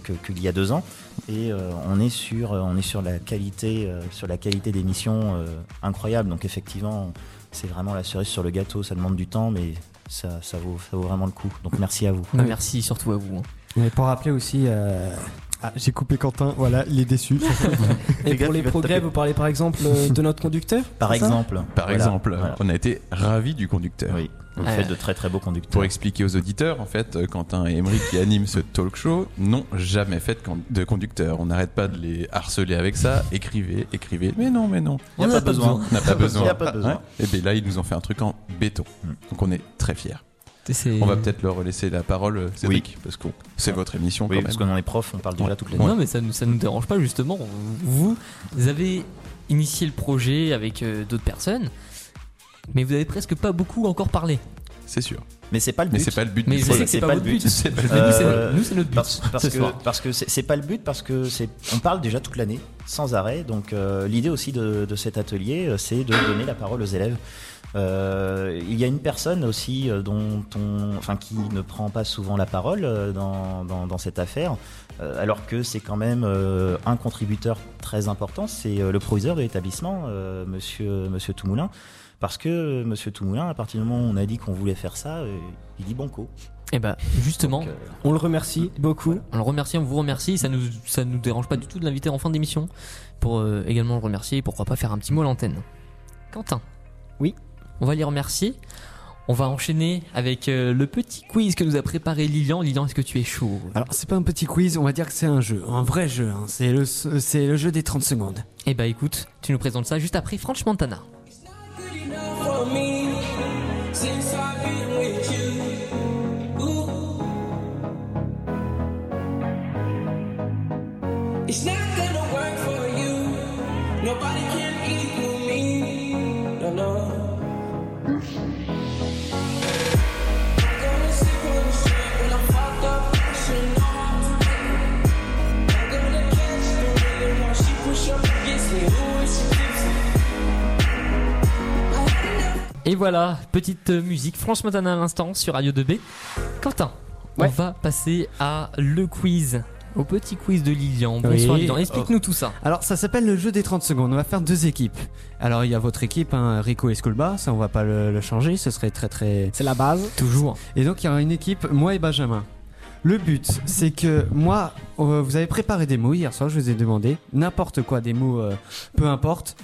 [SPEAKER 6] que, que, qu'il y a deux ans. Et euh, on est sur, euh, on est sur la qualité, euh, sur la qualité d'émission euh, incroyable. Donc effectivement, c'est vraiment la cerise sur le gâteau. Ça demande du temps, mais ça, ça vaut, ça vaut vraiment le coup. Donc merci à vous.
[SPEAKER 2] Bah,
[SPEAKER 3] Oui.
[SPEAKER 2] merci surtout à vous. hein.
[SPEAKER 3] Mais pour rappeler aussi, euh,
[SPEAKER 7] Ah, j'ai coupé Quentin, voilà, il est déçu.
[SPEAKER 5] Et
[SPEAKER 6] gars,
[SPEAKER 5] pour les
[SPEAKER 6] il va te
[SPEAKER 5] progrès,
[SPEAKER 6] taper.
[SPEAKER 5] vous parlez par exemple euh, de notre conducteur
[SPEAKER 6] Par
[SPEAKER 5] c'est ça
[SPEAKER 6] exemple.
[SPEAKER 4] Par
[SPEAKER 6] Voilà,
[SPEAKER 4] exemple,
[SPEAKER 6] voilà.
[SPEAKER 4] on a été ravis du conducteur.
[SPEAKER 6] Oui. Vous
[SPEAKER 2] Ouais.
[SPEAKER 6] faites de très très beaux conducteurs.
[SPEAKER 4] Pour expliquer aux auditeurs, en fait, euh, Quentin et Emery qui animent ce talk show n'ont jamais fait de con- de conducteur. On n'arrête pas de les harceler avec ça. Écrivez, écrivez. Mais non, mais non.
[SPEAKER 6] Il n'y a,
[SPEAKER 2] On
[SPEAKER 6] pas
[SPEAKER 2] a pas
[SPEAKER 6] besoin.
[SPEAKER 2] besoin.
[SPEAKER 4] On n'a pas besoin.
[SPEAKER 6] Il y a pas besoin.
[SPEAKER 4] Et bien là, ils nous ont fait un truc en béton.
[SPEAKER 6] Mm.
[SPEAKER 4] Donc on est très fiers.
[SPEAKER 2] C'est-
[SPEAKER 4] On va peut-être leur laisser la parole, euh, Cédric, parce que c'est votre émission
[SPEAKER 6] Oui,
[SPEAKER 4] quand
[SPEAKER 6] parce
[SPEAKER 4] même.
[SPEAKER 6] qu'on est prof, on parle déjà
[SPEAKER 4] Ouais.
[SPEAKER 6] toute la nuit.
[SPEAKER 2] Non, mais ça ne ça nous dérange pas, justement. Vous, vous avez initié le projet avec euh, d'autres personnes, mais vous avez presque pas beaucoup encore parlé.
[SPEAKER 4] C'est sûr.
[SPEAKER 6] Mais c'est pas le
[SPEAKER 4] Mais
[SPEAKER 6] but.
[SPEAKER 4] c'est pas le but
[SPEAKER 2] Mais
[SPEAKER 4] du
[SPEAKER 2] je
[SPEAKER 6] c'est-
[SPEAKER 2] sais que
[SPEAKER 4] projet.
[SPEAKER 6] c'est
[SPEAKER 2] c'est pas
[SPEAKER 6] pas le
[SPEAKER 2] votre but.
[SPEAKER 6] but.
[SPEAKER 4] C'est pas
[SPEAKER 2] Mais
[SPEAKER 4] le
[SPEAKER 2] nous,
[SPEAKER 4] but.
[SPEAKER 2] c'est-
[SPEAKER 6] Euh,
[SPEAKER 2] nous, c'est notre but.
[SPEAKER 6] Parce, parce
[SPEAKER 2] ce soir.
[SPEAKER 6] que parce que c'est c'est pas le but parce que c'est on parle déjà toute l'année sans arrêt donc euh, l'idée aussi de, de cet atelier euh, c'est de donner la parole aux élèves Euh, il y a une personne aussi euh, dont on enfin qui ne prend pas souvent la parole euh, dans, dans, dans cette affaire euh, alors que c'est quand même euh, un contributeur très important c'est euh, le proviseur de l'établissement euh, monsieur monsieur Toumoulin parce que euh, monsieur Toumoulin à partir du moment où on a dit qu'on voulait faire ça euh, il dit banco
[SPEAKER 2] Eh ben, justement,
[SPEAKER 6] Donc, euh,
[SPEAKER 5] On le remercie beaucoup.
[SPEAKER 2] on le remercie, on vous remercie. Ça nous, ça nous dérange pas du tout de l'inviter en fin d'émission pour euh, également le remercier. et Pourquoi pas faire un petit mot à l'antenne. Quentin.
[SPEAKER 5] Oui.
[SPEAKER 2] On va les remercier. On va enchaîner avec euh, le petit quiz que nous a préparé Lilian. Lilian, est-ce que tu es chaud
[SPEAKER 3] alors c'est pas un petit quiz, on va dire que c'est un jeu, un vrai jeu. hein. C'est le, c'est le jeu des 30 secondes.
[SPEAKER 2] Eh ben, écoute, tu nous présentes ça juste après Franch Montana.
[SPEAKER 9] It's not gonna work for you. Nobody can equal me. No, no. I'm gonna sip on the straight when I'm fucked up. I should know how to make it. I'm gonna catch the rhythm while she push up against me. Who is she tipsy? I had enough.
[SPEAKER 2] Et voilà, petite euh, musique Franche Montana à l'instant sur Radio 2B. Quentin, on
[SPEAKER 3] Ouais.
[SPEAKER 2] va passer à le quiz, au petit quiz de Lilian. Bonsoir
[SPEAKER 3] Oui.
[SPEAKER 2] Lilian, explique-nous tout ça.
[SPEAKER 3] Alors ça s'appelle le jeu des 30 secondes, on va faire deux équipes. Alors il y a votre équipe, hein, Rico et Skulba, ça on va pas le, le changer, ce serait très très...
[SPEAKER 5] C'est la base.
[SPEAKER 6] Euh,
[SPEAKER 2] Toujours.
[SPEAKER 3] Et donc il y aura une équipe, moi et Benjamin. Le but, c'est que moi, euh, vous avez préparé des mots hier soir, je vous ai demandé, n'importe quoi, des mots, euh, peu importe.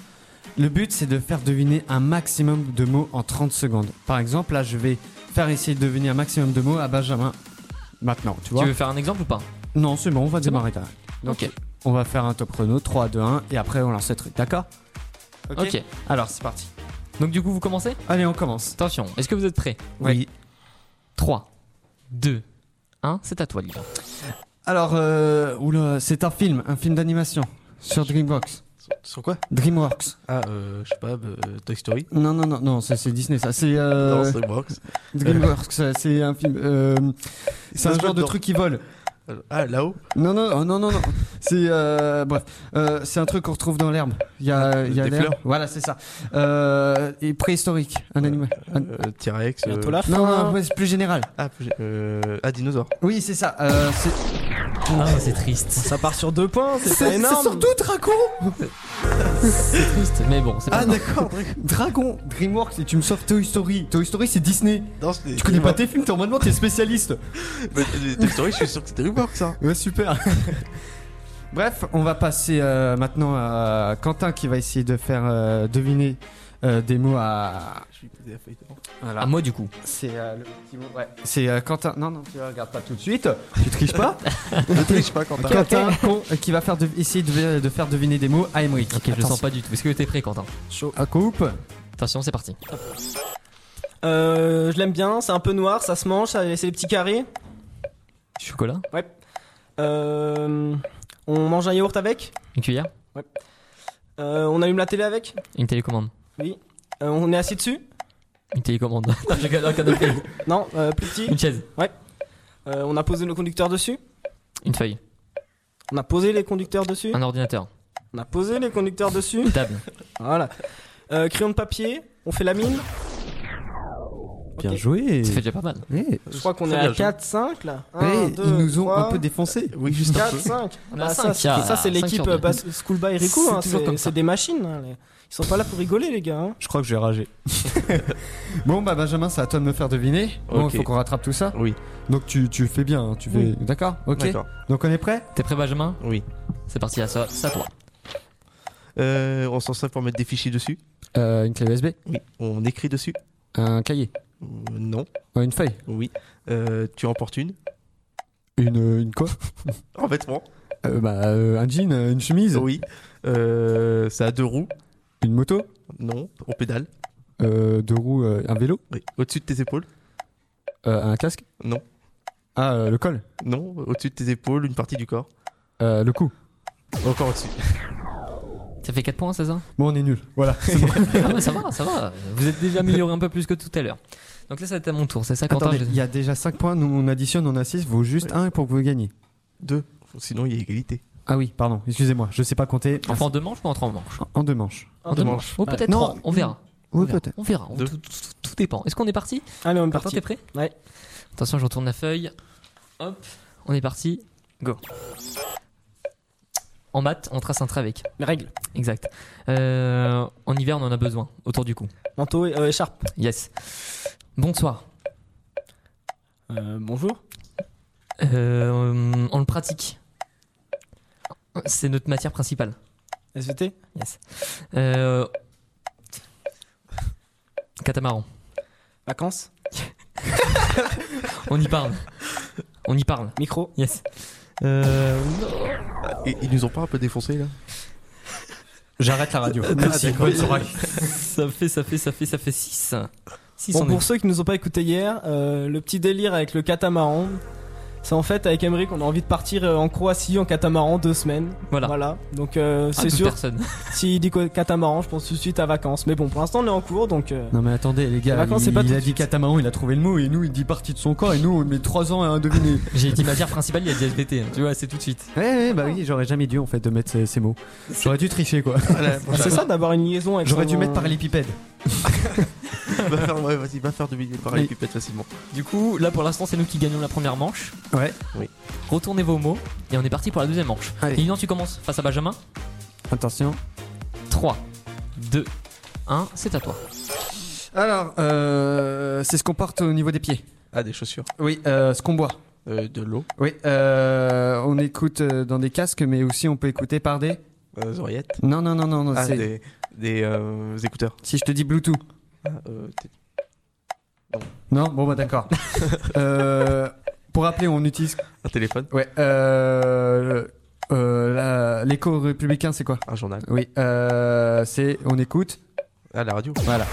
[SPEAKER 3] Le but, c'est de faire deviner un maximum de mots en 30 secondes. Par exemple, là, je vais faire essayer de deviner un maximum de mots à Benjamin. Maintenant, tu vois.
[SPEAKER 2] Tu veux faire un exemple ou pas
[SPEAKER 3] Non, c'est bon, on va
[SPEAKER 2] C'est bon.
[SPEAKER 3] démarrer là. Donc, on va faire un top chrono, 3, 2, 1, et après, on lance le truc, d'accord
[SPEAKER 2] ok.
[SPEAKER 3] Alors, c'est parti.
[SPEAKER 2] Donc du coup, vous commencez
[SPEAKER 3] Allez, on commence.
[SPEAKER 2] Attention, est-ce que vous êtes prêts
[SPEAKER 3] Oui.
[SPEAKER 2] 3, 2, 1, c'est à toi Lilian.
[SPEAKER 3] Alors, euh, oula, c'est un film, un film d'animation sur DreamWorks.
[SPEAKER 8] Sur quoi
[SPEAKER 3] DreamWorks.
[SPEAKER 8] Ah, euh, je sais pas, euh, Toy Story
[SPEAKER 3] Non, non, non, non, ça, c'est Disney, ça. C'est euh,
[SPEAKER 8] Non, c'est Dreamworks.
[SPEAKER 3] DreamWorks, ça, c'est un film. euh, c'est
[SPEAKER 8] Ça
[SPEAKER 3] un
[SPEAKER 8] se
[SPEAKER 3] genre
[SPEAKER 8] passe
[SPEAKER 3] de
[SPEAKER 8] dans-
[SPEAKER 3] truc qui vole.
[SPEAKER 8] Ah, là-haut
[SPEAKER 3] Non, non, oh, non, non, non. C'est euh, bref, Euh, c'est un truc qu'on retrouve dans l'herbe. Il y a, il y a
[SPEAKER 8] Ah, Des
[SPEAKER 3] l'herbe.
[SPEAKER 8] fleurs.
[SPEAKER 3] Voilà, c'est ça. Euh, et préhistorique, un animal. Un-
[SPEAKER 8] euh, T-Rex. euh,
[SPEAKER 5] Bientôt la fin.
[SPEAKER 3] Non, non, ouais, c'est plus général.
[SPEAKER 8] Ah, plus- euh, ah, dinosaure.
[SPEAKER 3] Oui, c'est ça. Euh, c'est-
[SPEAKER 2] Ah, c'est triste.
[SPEAKER 5] Ça part sur deux points, c'est pas
[SPEAKER 3] c'est
[SPEAKER 5] énorme.
[SPEAKER 3] surtout Dragon.
[SPEAKER 2] C'est triste, mais bon, c'est pas
[SPEAKER 3] Ah d'accord. Dragon, DreamWorks. Et tu me sors Toy Story. Toy Story, c'est Disney. Tu connais pas tes films, normalement t'es spécialiste.
[SPEAKER 8] Mais, euh, Toy Story, je suis sûr que c'était Dreamworks, ça.
[SPEAKER 3] Ouais, super. Bref, on va passer euh, maintenant à Quentin qui va essayer de faire euh, deviner euh, des mots à.
[SPEAKER 8] Je suis pété la feuille d'avant.
[SPEAKER 2] À Ah, moi, du coup.
[SPEAKER 3] C'est euh, le petit mot. Ouais. C'est euh, Quentin. Non, non, tu le regardes pas tout de suite. Tu triches pas.
[SPEAKER 8] Ne triche pas, Quentin.
[SPEAKER 3] Quentin con, euh, qui va faire de- essayer de, de faire deviner des mots à Emmerich.
[SPEAKER 2] Ok, je le sens pas du tout. Est-ce que t'es prêt, Quentin
[SPEAKER 3] À coupe.
[SPEAKER 2] Attention, c'est parti.
[SPEAKER 5] Euh, je l'aime bien, c'est un peu noir, ça se mange, ça laisse les petits carrés.
[SPEAKER 2] Chocolat
[SPEAKER 5] Euh, on mange un yaourt avec
[SPEAKER 2] Une cuillère
[SPEAKER 5] Euh, On allume la télé avec
[SPEAKER 2] Une télécommande
[SPEAKER 5] Euh, On est assis dessus
[SPEAKER 2] Une télécommande. Non, j'ai un canapé.
[SPEAKER 5] Non, euh, plus petit.
[SPEAKER 2] Une chaise.
[SPEAKER 5] Euh, on a posé nos conducteurs dessus
[SPEAKER 2] Une feuille.
[SPEAKER 5] On a posé les conducteurs dessus
[SPEAKER 2] Un ordinateur.
[SPEAKER 5] On a posé les conducteurs dessus
[SPEAKER 2] Une table.
[SPEAKER 5] Voilà. Euh, crayon de papier, on fait la mine.
[SPEAKER 7] Bien
[SPEAKER 5] Ok.
[SPEAKER 7] joué.
[SPEAKER 2] Ça fait déjà pas mal.
[SPEAKER 7] Eh,
[SPEAKER 5] Je crois qu'on
[SPEAKER 8] Très
[SPEAKER 5] est à
[SPEAKER 8] bien joué.
[SPEAKER 5] 4-5 là. Un,
[SPEAKER 7] eh,
[SPEAKER 5] deux,
[SPEAKER 7] ils nous ont
[SPEAKER 5] trois,
[SPEAKER 7] un peu défoncé.
[SPEAKER 8] Oui, juste un
[SPEAKER 5] 4,
[SPEAKER 8] peu.
[SPEAKER 5] 5.
[SPEAKER 2] On est à
[SPEAKER 5] Ah, ça,
[SPEAKER 2] cinq, il y
[SPEAKER 5] c'est-
[SPEAKER 2] a
[SPEAKER 5] ça, c'est
[SPEAKER 2] cinq
[SPEAKER 5] l'équipe
[SPEAKER 2] sur deux.
[SPEAKER 5] euh, Bas- Schoolboy Rico.
[SPEAKER 2] C'est
[SPEAKER 5] hein,
[SPEAKER 2] toujours comme ça.
[SPEAKER 5] C'est c'est des machines. hein, les- Ils sont pas là pour rigoler, les gars. hein.
[SPEAKER 7] Je crois que j'ai ragé.
[SPEAKER 3] Bon bah Benjamin, c'est à toi de me faire deviner. Bon,
[SPEAKER 8] Ok.
[SPEAKER 3] faut qu'on rattrape tout ça.
[SPEAKER 8] Oui,
[SPEAKER 7] Donc tu, tu fais bien, hein, tu fais.
[SPEAKER 3] Oui. D'accord. Ok.
[SPEAKER 8] d'accord.
[SPEAKER 3] Donc on est prêt
[SPEAKER 2] T'es prêt, Benjamin
[SPEAKER 8] Oui.
[SPEAKER 2] C'est parti, à ça, ça toi.
[SPEAKER 8] Euh, on s'en sert pour mettre des fichiers dessus.
[SPEAKER 3] Euh, Une clé USB.
[SPEAKER 8] Oui. On écrit dessus.
[SPEAKER 3] Un cahier.
[SPEAKER 8] Euh, Non.
[SPEAKER 3] Euh, Une feuille.
[SPEAKER 8] Oui. Euh, tu en portes une.
[SPEAKER 7] Une, euh, une quoi
[SPEAKER 8] En vêtements.
[SPEAKER 7] Euh, Bah euh, un jean, euh, une chemise,
[SPEAKER 8] Oui. Euh, ça a deux roues.
[SPEAKER 7] une moto,
[SPEAKER 8] Non. On pédale.
[SPEAKER 7] euh, deux roues, euh, un vélo,
[SPEAKER 8] Oui. Au-dessus de tes épaules.
[SPEAKER 7] euh, un casque.
[SPEAKER 8] Non.
[SPEAKER 7] Ah euh, le col,
[SPEAKER 8] Non. Au-dessus de tes épaules, une partie du corps.
[SPEAKER 7] euh, le cou.
[SPEAKER 8] Encore au-dessus.
[SPEAKER 2] Ça fait 4 points, c'est ça
[SPEAKER 7] Bon on est nul. Voilà. c'est bon.
[SPEAKER 2] Ah ouais, Ça va, ça va. Vous êtes déjà amélioré un peu plus que tout à l'heure. Donc là, ça va être à mon tour, c'est ça, Quentin
[SPEAKER 3] Attendez,
[SPEAKER 2] je-
[SPEAKER 3] il y a déjà 5 points, nous on additionne, on a 6, vaut juste 1 pour que vous gagniez.
[SPEAKER 8] Deux. Sinon, il y a égalité.
[SPEAKER 3] Ah oui, pardon, excusez-moi, je sais pas compter.
[SPEAKER 2] Enfin, en deux manches ou en trois manches
[SPEAKER 3] En deux manches.
[SPEAKER 2] En deux manches. Oh, peut-être
[SPEAKER 3] Non,
[SPEAKER 2] trois. On verra.
[SPEAKER 3] Oui,
[SPEAKER 2] On verra.
[SPEAKER 3] peut-être.
[SPEAKER 2] On verra. On-
[SPEAKER 8] Deux.
[SPEAKER 2] Tout, tout- tout dépend. Est-ce qu'on est parti
[SPEAKER 5] Allez, on est
[SPEAKER 2] Quentin,
[SPEAKER 5] parti.
[SPEAKER 2] t'es prêt
[SPEAKER 5] Ouais.
[SPEAKER 2] Attention, je retourne la feuille. Hop, on est parti. Go. En maths, on trace un trait avec.
[SPEAKER 5] Les Règles.
[SPEAKER 2] Exact. Euh, en hiver, on en a besoin. Autour du cou.
[SPEAKER 5] Manteau et euh, écharpe.
[SPEAKER 2] Yes. Bonsoir.
[SPEAKER 5] Euh, bonjour.
[SPEAKER 2] Euh, on le pratique. C'est notre matière principale.
[SPEAKER 5] SVT.
[SPEAKER 2] Yes. Euh, Catamaran.
[SPEAKER 5] Vacances.
[SPEAKER 2] On y parle. On y parle.
[SPEAKER 5] Micro.
[SPEAKER 2] Yes.
[SPEAKER 8] Et, ils nous ont pas un peu défoncé là
[SPEAKER 3] J'arrête la radio.
[SPEAKER 7] Euh,
[SPEAKER 3] Merci, bonne soirée.
[SPEAKER 2] Ça fait, ça fait, ça fait, ça fait 6. 6
[SPEAKER 5] Bon, pour ceux qui nous ont pas écouté hier, euh, le petit délire avec le catamaran. C'est en fait avec Emeric, on a envie de partir euh, en Croatie en catamaran deux semaines.
[SPEAKER 2] Voilà.
[SPEAKER 5] Voilà. Donc euh,
[SPEAKER 2] Ah,
[SPEAKER 5] c'est
[SPEAKER 2] toute
[SPEAKER 5] sûr.
[SPEAKER 2] personne.
[SPEAKER 5] S'il dit quoi- catamaran, je pense tout de suite à vacances. Mais bon, pour l'instant, on est en cours, donc euh,
[SPEAKER 3] Non mais attendez les gars,
[SPEAKER 5] Les vacances, c'est
[SPEAKER 3] il,
[SPEAKER 5] pas
[SPEAKER 3] il
[SPEAKER 5] tout
[SPEAKER 3] a
[SPEAKER 5] de
[SPEAKER 3] dit
[SPEAKER 5] suite.
[SPEAKER 3] catamaran, il a trouvé le mot et nous il dit partie de son corps et nous on met 3 ans à un deviner.
[SPEAKER 2] J'ai dit matière principale, il y a dit SBT. hein. Tu vois, c'est tout de suite.
[SPEAKER 3] ouais, ouais, bah oui, j'aurais jamais dû en fait de mettre ces, ces mots. J'aurais dû tricher quoi.
[SPEAKER 5] c'est ça d'avoir une liaison. avec
[SPEAKER 3] J'aurais
[SPEAKER 5] son-
[SPEAKER 3] dû mettre parallépipède.
[SPEAKER 8] va faire, ouais, vas-y, va faire deviner par les pipettes facilement.
[SPEAKER 2] Du coup, là pour l'instant, c'est nous qui gagnons la première manche.
[SPEAKER 3] Ouais.
[SPEAKER 8] Oui.
[SPEAKER 2] Retournez vos mots et on est parti pour la deuxième manche.
[SPEAKER 3] Allez.
[SPEAKER 2] Lilian, tu commences face à Benjamin.
[SPEAKER 3] Attention.
[SPEAKER 2] 3, 2, 1, c'est à toi.
[SPEAKER 3] Alors, euh, c'est ce qu'on porte au niveau des pieds.
[SPEAKER 8] Ah, des chaussures.
[SPEAKER 3] Oui, euh, ce qu'on boit.
[SPEAKER 8] Euh, de l'eau.
[SPEAKER 3] Oui, euh, on écoute euh, dans des casques, mais aussi on peut écouter par des.
[SPEAKER 8] Euh, des oreillettes.
[SPEAKER 3] Non, non, non, non, non.
[SPEAKER 8] Ah,
[SPEAKER 3] c'est-
[SPEAKER 8] des, des, euh, des écouteurs.
[SPEAKER 3] Si je te dis Bluetooth.
[SPEAKER 8] Ah, euh, t'es-
[SPEAKER 3] Non, bon bah d'accord. Euh, pour rappeler, on utilise.
[SPEAKER 8] un téléphone.
[SPEAKER 3] Ouais. Euh, euh, la- L'écho républicain, c'est quoi
[SPEAKER 8] Un journal.
[SPEAKER 3] Oui. Euh, c'est on écoute.
[SPEAKER 8] Ah, la radio.
[SPEAKER 3] Voilà.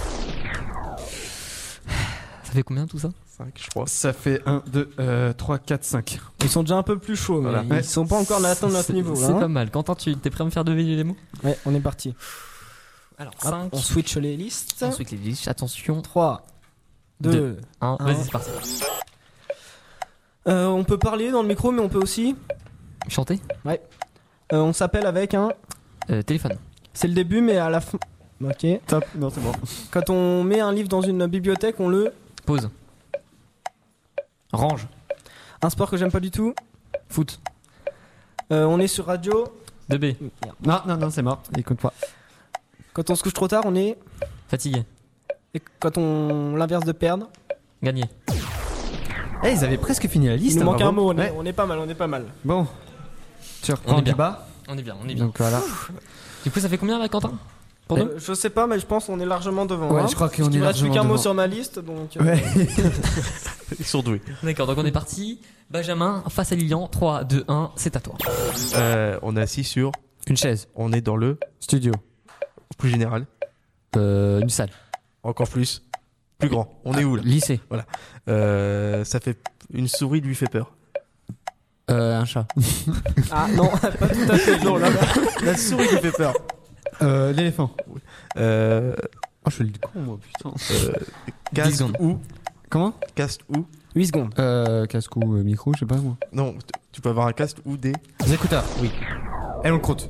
[SPEAKER 2] Ça fait combien tout ça
[SPEAKER 8] 5, je crois.
[SPEAKER 3] Ça fait 1, 2, 3, 4, 5.
[SPEAKER 5] Ils sont déjà un peu plus chauds, mais
[SPEAKER 3] Voilà.
[SPEAKER 5] ils
[SPEAKER 3] Ouais.
[SPEAKER 5] sont pas encore là à atteindre notre
[SPEAKER 2] C'est-
[SPEAKER 5] niveau. là,
[SPEAKER 2] C'est
[SPEAKER 5] hein.
[SPEAKER 2] pas mal. Quentin, tu t'es prêt à me faire deviner les mots
[SPEAKER 5] Ouais, on est parti.
[SPEAKER 2] Alors,
[SPEAKER 5] Hop, on switch les listes.
[SPEAKER 2] Ensuite, les listes. Attention.
[SPEAKER 5] 3, 2,
[SPEAKER 2] Deux. Un.
[SPEAKER 5] Un.
[SPEAKER 2] Vas-y, c'est parti.
[SPEAKER 5] Euh, on peut parler dans le micro, mais on peut aussi.
[SPEAKER 2] Chanter
[SPEAKER 5] Ouais. Euh, on s'appelle avec un.
[SPEAKER 2] Euh, Téléphone.
[SPEAKER 5] C'est le début, mais à la fin. Ok.
[SPEAKER 3] Top, non, c'est bon.
[SPEAKER 5] Quand on met un livre dans une bibliothèque, on le.
[SPEAKER 2] Pause. Range.
[SPEAKER 5] Un sport que j'aime pas du tout.
[SPEAKER 2] Foot.
[SPEAKER 5] Euh, on est sur radio.
[SPEAKER 2] 2B.
[SPEAKER 5] Merde.
[SPEAKER 3] Non, non, non, c'est mort. Il compte pas.
[SPEAKER 5] Quand on se couche trop tard, on est.
[SPEAKER 2] Fatigué.
[SPEAKER 5] Et quand on. L'inverse de perdre.
[SPEAKER 2] Gagné.
[SPEAKER 3] Eh, ils avaient presque fini la
[SPEAKER 5] Il
[SPEAKER 3] liste.
[SPEAKER 5] nous manque
[SPEAKER 3] bravo.
[SPEAKER 5] un mot, on est,
[SPEAKER 3] Ouais.
[SPEAKER 5] on est pas mal, on est pas mal.
[SPEAKER 3] Bon. Tu
[SPEAKER 2] On est
[SPEAKER 3] reprends du
[SPEAKER 2] bien.
[SPEAKER 3] bas.
[SPEAKER 2] On est bien, on est bien.
[SPEAKER 3] Donc voilà.
[SPEAKER 2] Du coup, ça fait combien là, Quentin Pour nous
[SPEAKER 5] Euh, je sais pas, mais je pense qu'on est largement devant.
[SPEAKER 3] Ouais,
[SPEAKER 5] hein.
[SPEAKER 3] je crois qu'on
[SPEAKER 5] Parce
[SPEAKER 3] est
[SPEAKER 5] qu'il me reste plus qu'un
[SPEAKER 3] largement
[SPEAKER 5] mot
[SPEAKER 3] devant.
[SPEAKER 5] sur ma liste, donc. euh,
[SPEAKER 3] Ouais.
[SPEAKER 8] Ils sont doués.
[SPEAKER 2] D'accord, donc on est parti. Benjamin, face à Lilian, 3, 2, 1, c'est à toi.
[SPEAKER 8] Euh, on est assis sur.
[SPEAKER 3] Une chaise.
[SPEAKER 8] On est dans le
[SPEAKER 3] Studio.
[SPEAKER 8] plus général.
[SPEAKER 3] Euh, une salle.
[SPEAKER 8] Encore plus. Plus grand. On est où là
[SPEAKER 3] Lycée.
[SPEAKER 8] Euh, Ça fait. Une souris lui fait peur.
[SPEAKER 3] Euh, un chat.
[SPEAKER 5] Ah non, pas tout à fait.
[SPEAKER 8] Non, là, la souris lui fait peur.
[SPEAKER 3] Euh, l'éléphant.
[SPEAKER 8] Euh,
[SPEAKER 3] Oh, je suis le con, moi, putain.
[SPEAKER 8] euh, casque
[SPEAKER 2] secondes.
[SPEAKER 8] ou
[SPEAKER 3] Comment
[SPEAKER 8] Casque ou
[SPEAKER 5] 8 secondes.
[SPEAKER 3] Euh, casque ou euh, micro, je sais pas moi.
[SPEAKER 8] Non, t- tu peux avoir un casque ou des.
[SPEAKER 3] Les écouteurs.
[SPEAKER 8] Eh, on le compte.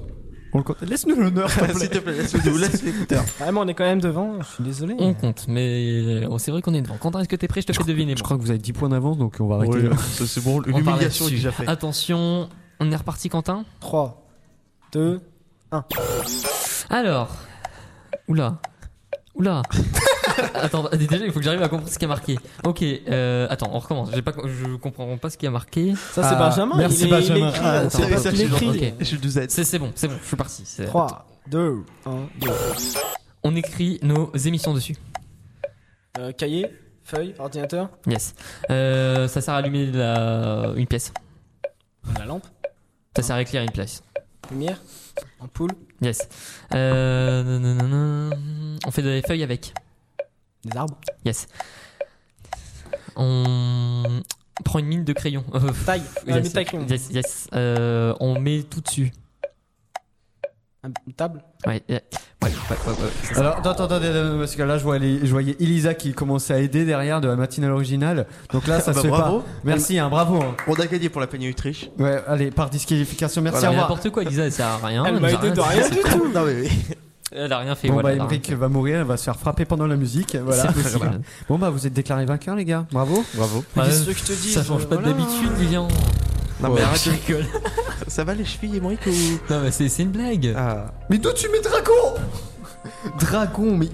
[SPEAKER 3] On le compte. Laisse-nous l'honneur.
[SPEAKER 8] S'il te plaît, laisse-le nous, laisse l'écouteur.
[SPEAKER 5] Vraiment, Ah, on est quand même devant, je suis désolé.
[SPEAKER 2] On compte, mais oh, c'est vrai qu'on est devant. Quentin, est-ce que t'es prêt Je te fais deviner.
[SPEAKER 3] Je
[SPEAKER 2] moi.
[SPEAKER 3] crois que vous avez 10 points d'avance, donc on va arrêter.
[SPEAKER 8] Ouais, ça, c'est bon,
[SPEAKER 2] On parle
[SPEAKER 8] l'humiliation est
[SPEAKER 2] là-dessus.
[SPEAKER 8] déjà faite.
[SPEAKER 2] Attention, on est reparti, Quentin
[SPEAKER 5] 3, 2,
[SPEAKER 2] Alors. Oula. Oula. attends, déjà, il faut que j'arrive à comprendre ce qui a marqué. Ok, euh, attends, on recommence. J'ai Pas, je comprends pas ce qui a marqué.
[SPEAKER 5] ça c'est
[SPEAKER 3] Ah,
[SPEAKER 5] Benjamin.
[SPEAKER 3] merci,
[SPEAKER 5] il est-
[SPEAKER 3] Benjamin.
[SPEAKER 5] Il écrit,
[SPEAKER 3] Ah,
[SPEAKER 5] là,
[SPEAKER 8] c'est
[SPEAKER 5] c'est
[SPEAKER 8] ça,
[SPEAKER 5] il
[SPEAKER 8] c'est
[SPEAKER 5] écrit.
[SPEAKER 2] gentil.
[SPEAKER 8] Je nous aide.
[SPEAKER 2] C'est c'est bon, c'est bon, je suis parti. c'est-
[SPEAKER 5] 3, 2, 1, 2.
[SPEAKER 2] On écrit nos émissions dessus.
[SPEAKER 5] Euh, cahier, feuille, ordinateur,
[SPEAKER 2] Yes. Euh, ça sert à allumer la... une pièce.
[SPEAKER 5] la lampe,
[SPEAKER 2] Ça sert à éclairer une pièce.
[SPEAKER 5] lumière, ampoule,
[SPEAKER 2] Yes. Euh, nanana. on fait des feuilles avec.
[SPEAKER 5] des arbres,
[SPEAKER 2] Yes. On prend une mine de crayon. Euh,
[SPEAKER 5] taille,
[SPEAKER 2] yes.
[SPEAKER 5] euh, des taillons,
[SPEAKER 2] Yes, yes. Euh, on met tout dessus.
[SPEAKER 5] une table,
[SPEAKER 2] Ouais, yeah. ouais, ouais, ouais, ouais, c'est ça.
[SPEAKER 3] Alors, attends, attends, attends, attends, parce que là, je voyais, je voyais Elisa qui commençait à aider derrière de la matinale originale. Donc là, ça
[SPEAKER 8] Bah,
[SPEAKER 3] se fait
[SPEAKER 8] bravo.
[SPEAKER 3] pas. Merci, hein, bravo. hein.
[SPEAKER 8] On a gagné pour la peine Autriche.
[SPEAKER 3] Ouais, allez, par disqualification, merci,
[SPEAKER 2] C'est
[SPEAKER 3] au revoir.
[SPEAKER 2] n'importe quoi, Lisa, elle sert à rien.
[SPEAKER 5] Elle
[SPEAKER 2] nous
[SPEAKER 5] m'a
[SPEAKER 2] a
[SPEAKER 5] aidé de rien du
[SPEAKER 8] tout. non mais oui.
[SPEAKER 2] Elle a rien fait.
[SPEAKER 3] Bon,
[SPEAKER 2] voilà, elle
[SPEAKER 3] bah,
[SPEAKER 2] a rien
[SPEAKER 3] Emmerich
[SPEAKER 2] fait.
[SPEAKER 3] va mourir, elle va se faire frapper pendant la musique. Voilà.
[SPEAKER 2] C'est possible.
[SPEAKER 3] Bon, bah, vous êtes déclaré vainqueur, les gars. Bravo.
[SPEAKER 8] Bravo.
[SPEAKER 2] Bah,
[SPEAKER 5] Qu'est-ce que je te dis
[SPEAKER 2] ça change
[SPEAKER 5] euh,
[SPEAKER 2] pas
[SPEAKER 5] voilà.
[SPEAKER 2] d'habitude, Lilian.
[SPEAKER 8] Non mais arrête,
[SPEAKER 2] je rigole.
[SPEAKER 8] ça va les chevilles et moi ou
[SPEAKER 2] Non, mais c'est c'est une blague.
[SPEAKER 8] Ah.
[SPEAKER 3] Mais d'où tu mets Dragon Dragon, mais.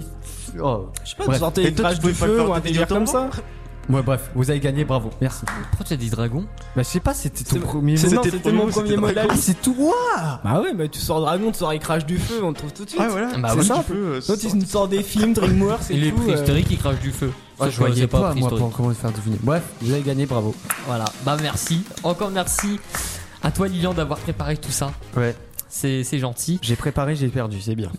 [SPEAKER 3] Oh.
[SPEAKER 5] Je sais pas,
[SPEAKER 3] Ouais.
[SPEAKER 5] sortez
[SPEAKER 8] Et
[SPEAKER 5] une
[SPEAKER 8] toi, tu
[SPEAKER 5] crash de
[SPEAKER 8] pouvais pas
[SPEAKER 5] feu
[SPEAKER 8] faire
[SPEAKER 5] ou un
[SPEAKER 8] des
[SPEAKER 5] délire comme ça.
[SPEAKER 8] automobiles
[SPEAKER 3] Ouais, bref, vous avez gagné, bravo, merci.
[SPEAKER 2] Pourquoi tu as dit dragon
[SPEAKER 3] Bah, je sais pas, c'était ton
[SPEAKER 5] C'est-
[SPEAKER 3] premier
[SPEAKER 5] C'est
[SPEAKER 3] mot.
[SPEAKER 5] non, c'était mon premier mot de la
[SPEAKER 3] Ah,
[SPEAKER 5] liste.
[SPEAKER 3] c'est toi
[SPEAKER 5] Bah ouais, mais tu sors Dragon, tu sors les crash du feu, on te trouve tout de suite.
[SPEAKER 8] Ah voilà.
[SPEAKER 2] Bah
[SPEAKER 8] C'est
[SPEAKER 2] oui.
[SPEAKER 8] simple. Euh,
[SPEAKER 5] Toi,
[SPEAKER 8] sans-
[SPEAKER 5] tu nous sors des films, Dreamworks et
[SPEAKER 2] Il est
[SPEAKER 5] tout. euh,
[SPEAKER 2] préhistorique, il crache du feu.
[SPEAKER 3] Ah,
[SPEAKER 2] Sauf
[SPEAKER 3] Je
[SPEAKER 2] que
[SPEAKER 3] voyais
[SPEAKER 2] c'est
[SPEAKER 3] pas, moi,
[SPEAKER 2] préhistorique.
[SPEAKER 3] pour comment le faire deviner. Bref, vous avez gagné, bravo.
[SPEAKER 2] Voilà, bah merci. Encore merci à toi Lilian d'avoir préparé tout ça.
[SPEAKER 3] Ouais.
[SPEAKER 2] C'est c'est gentil.
[SPEAKER 3] J'ai préparé, j'ai perdu, c'est bien.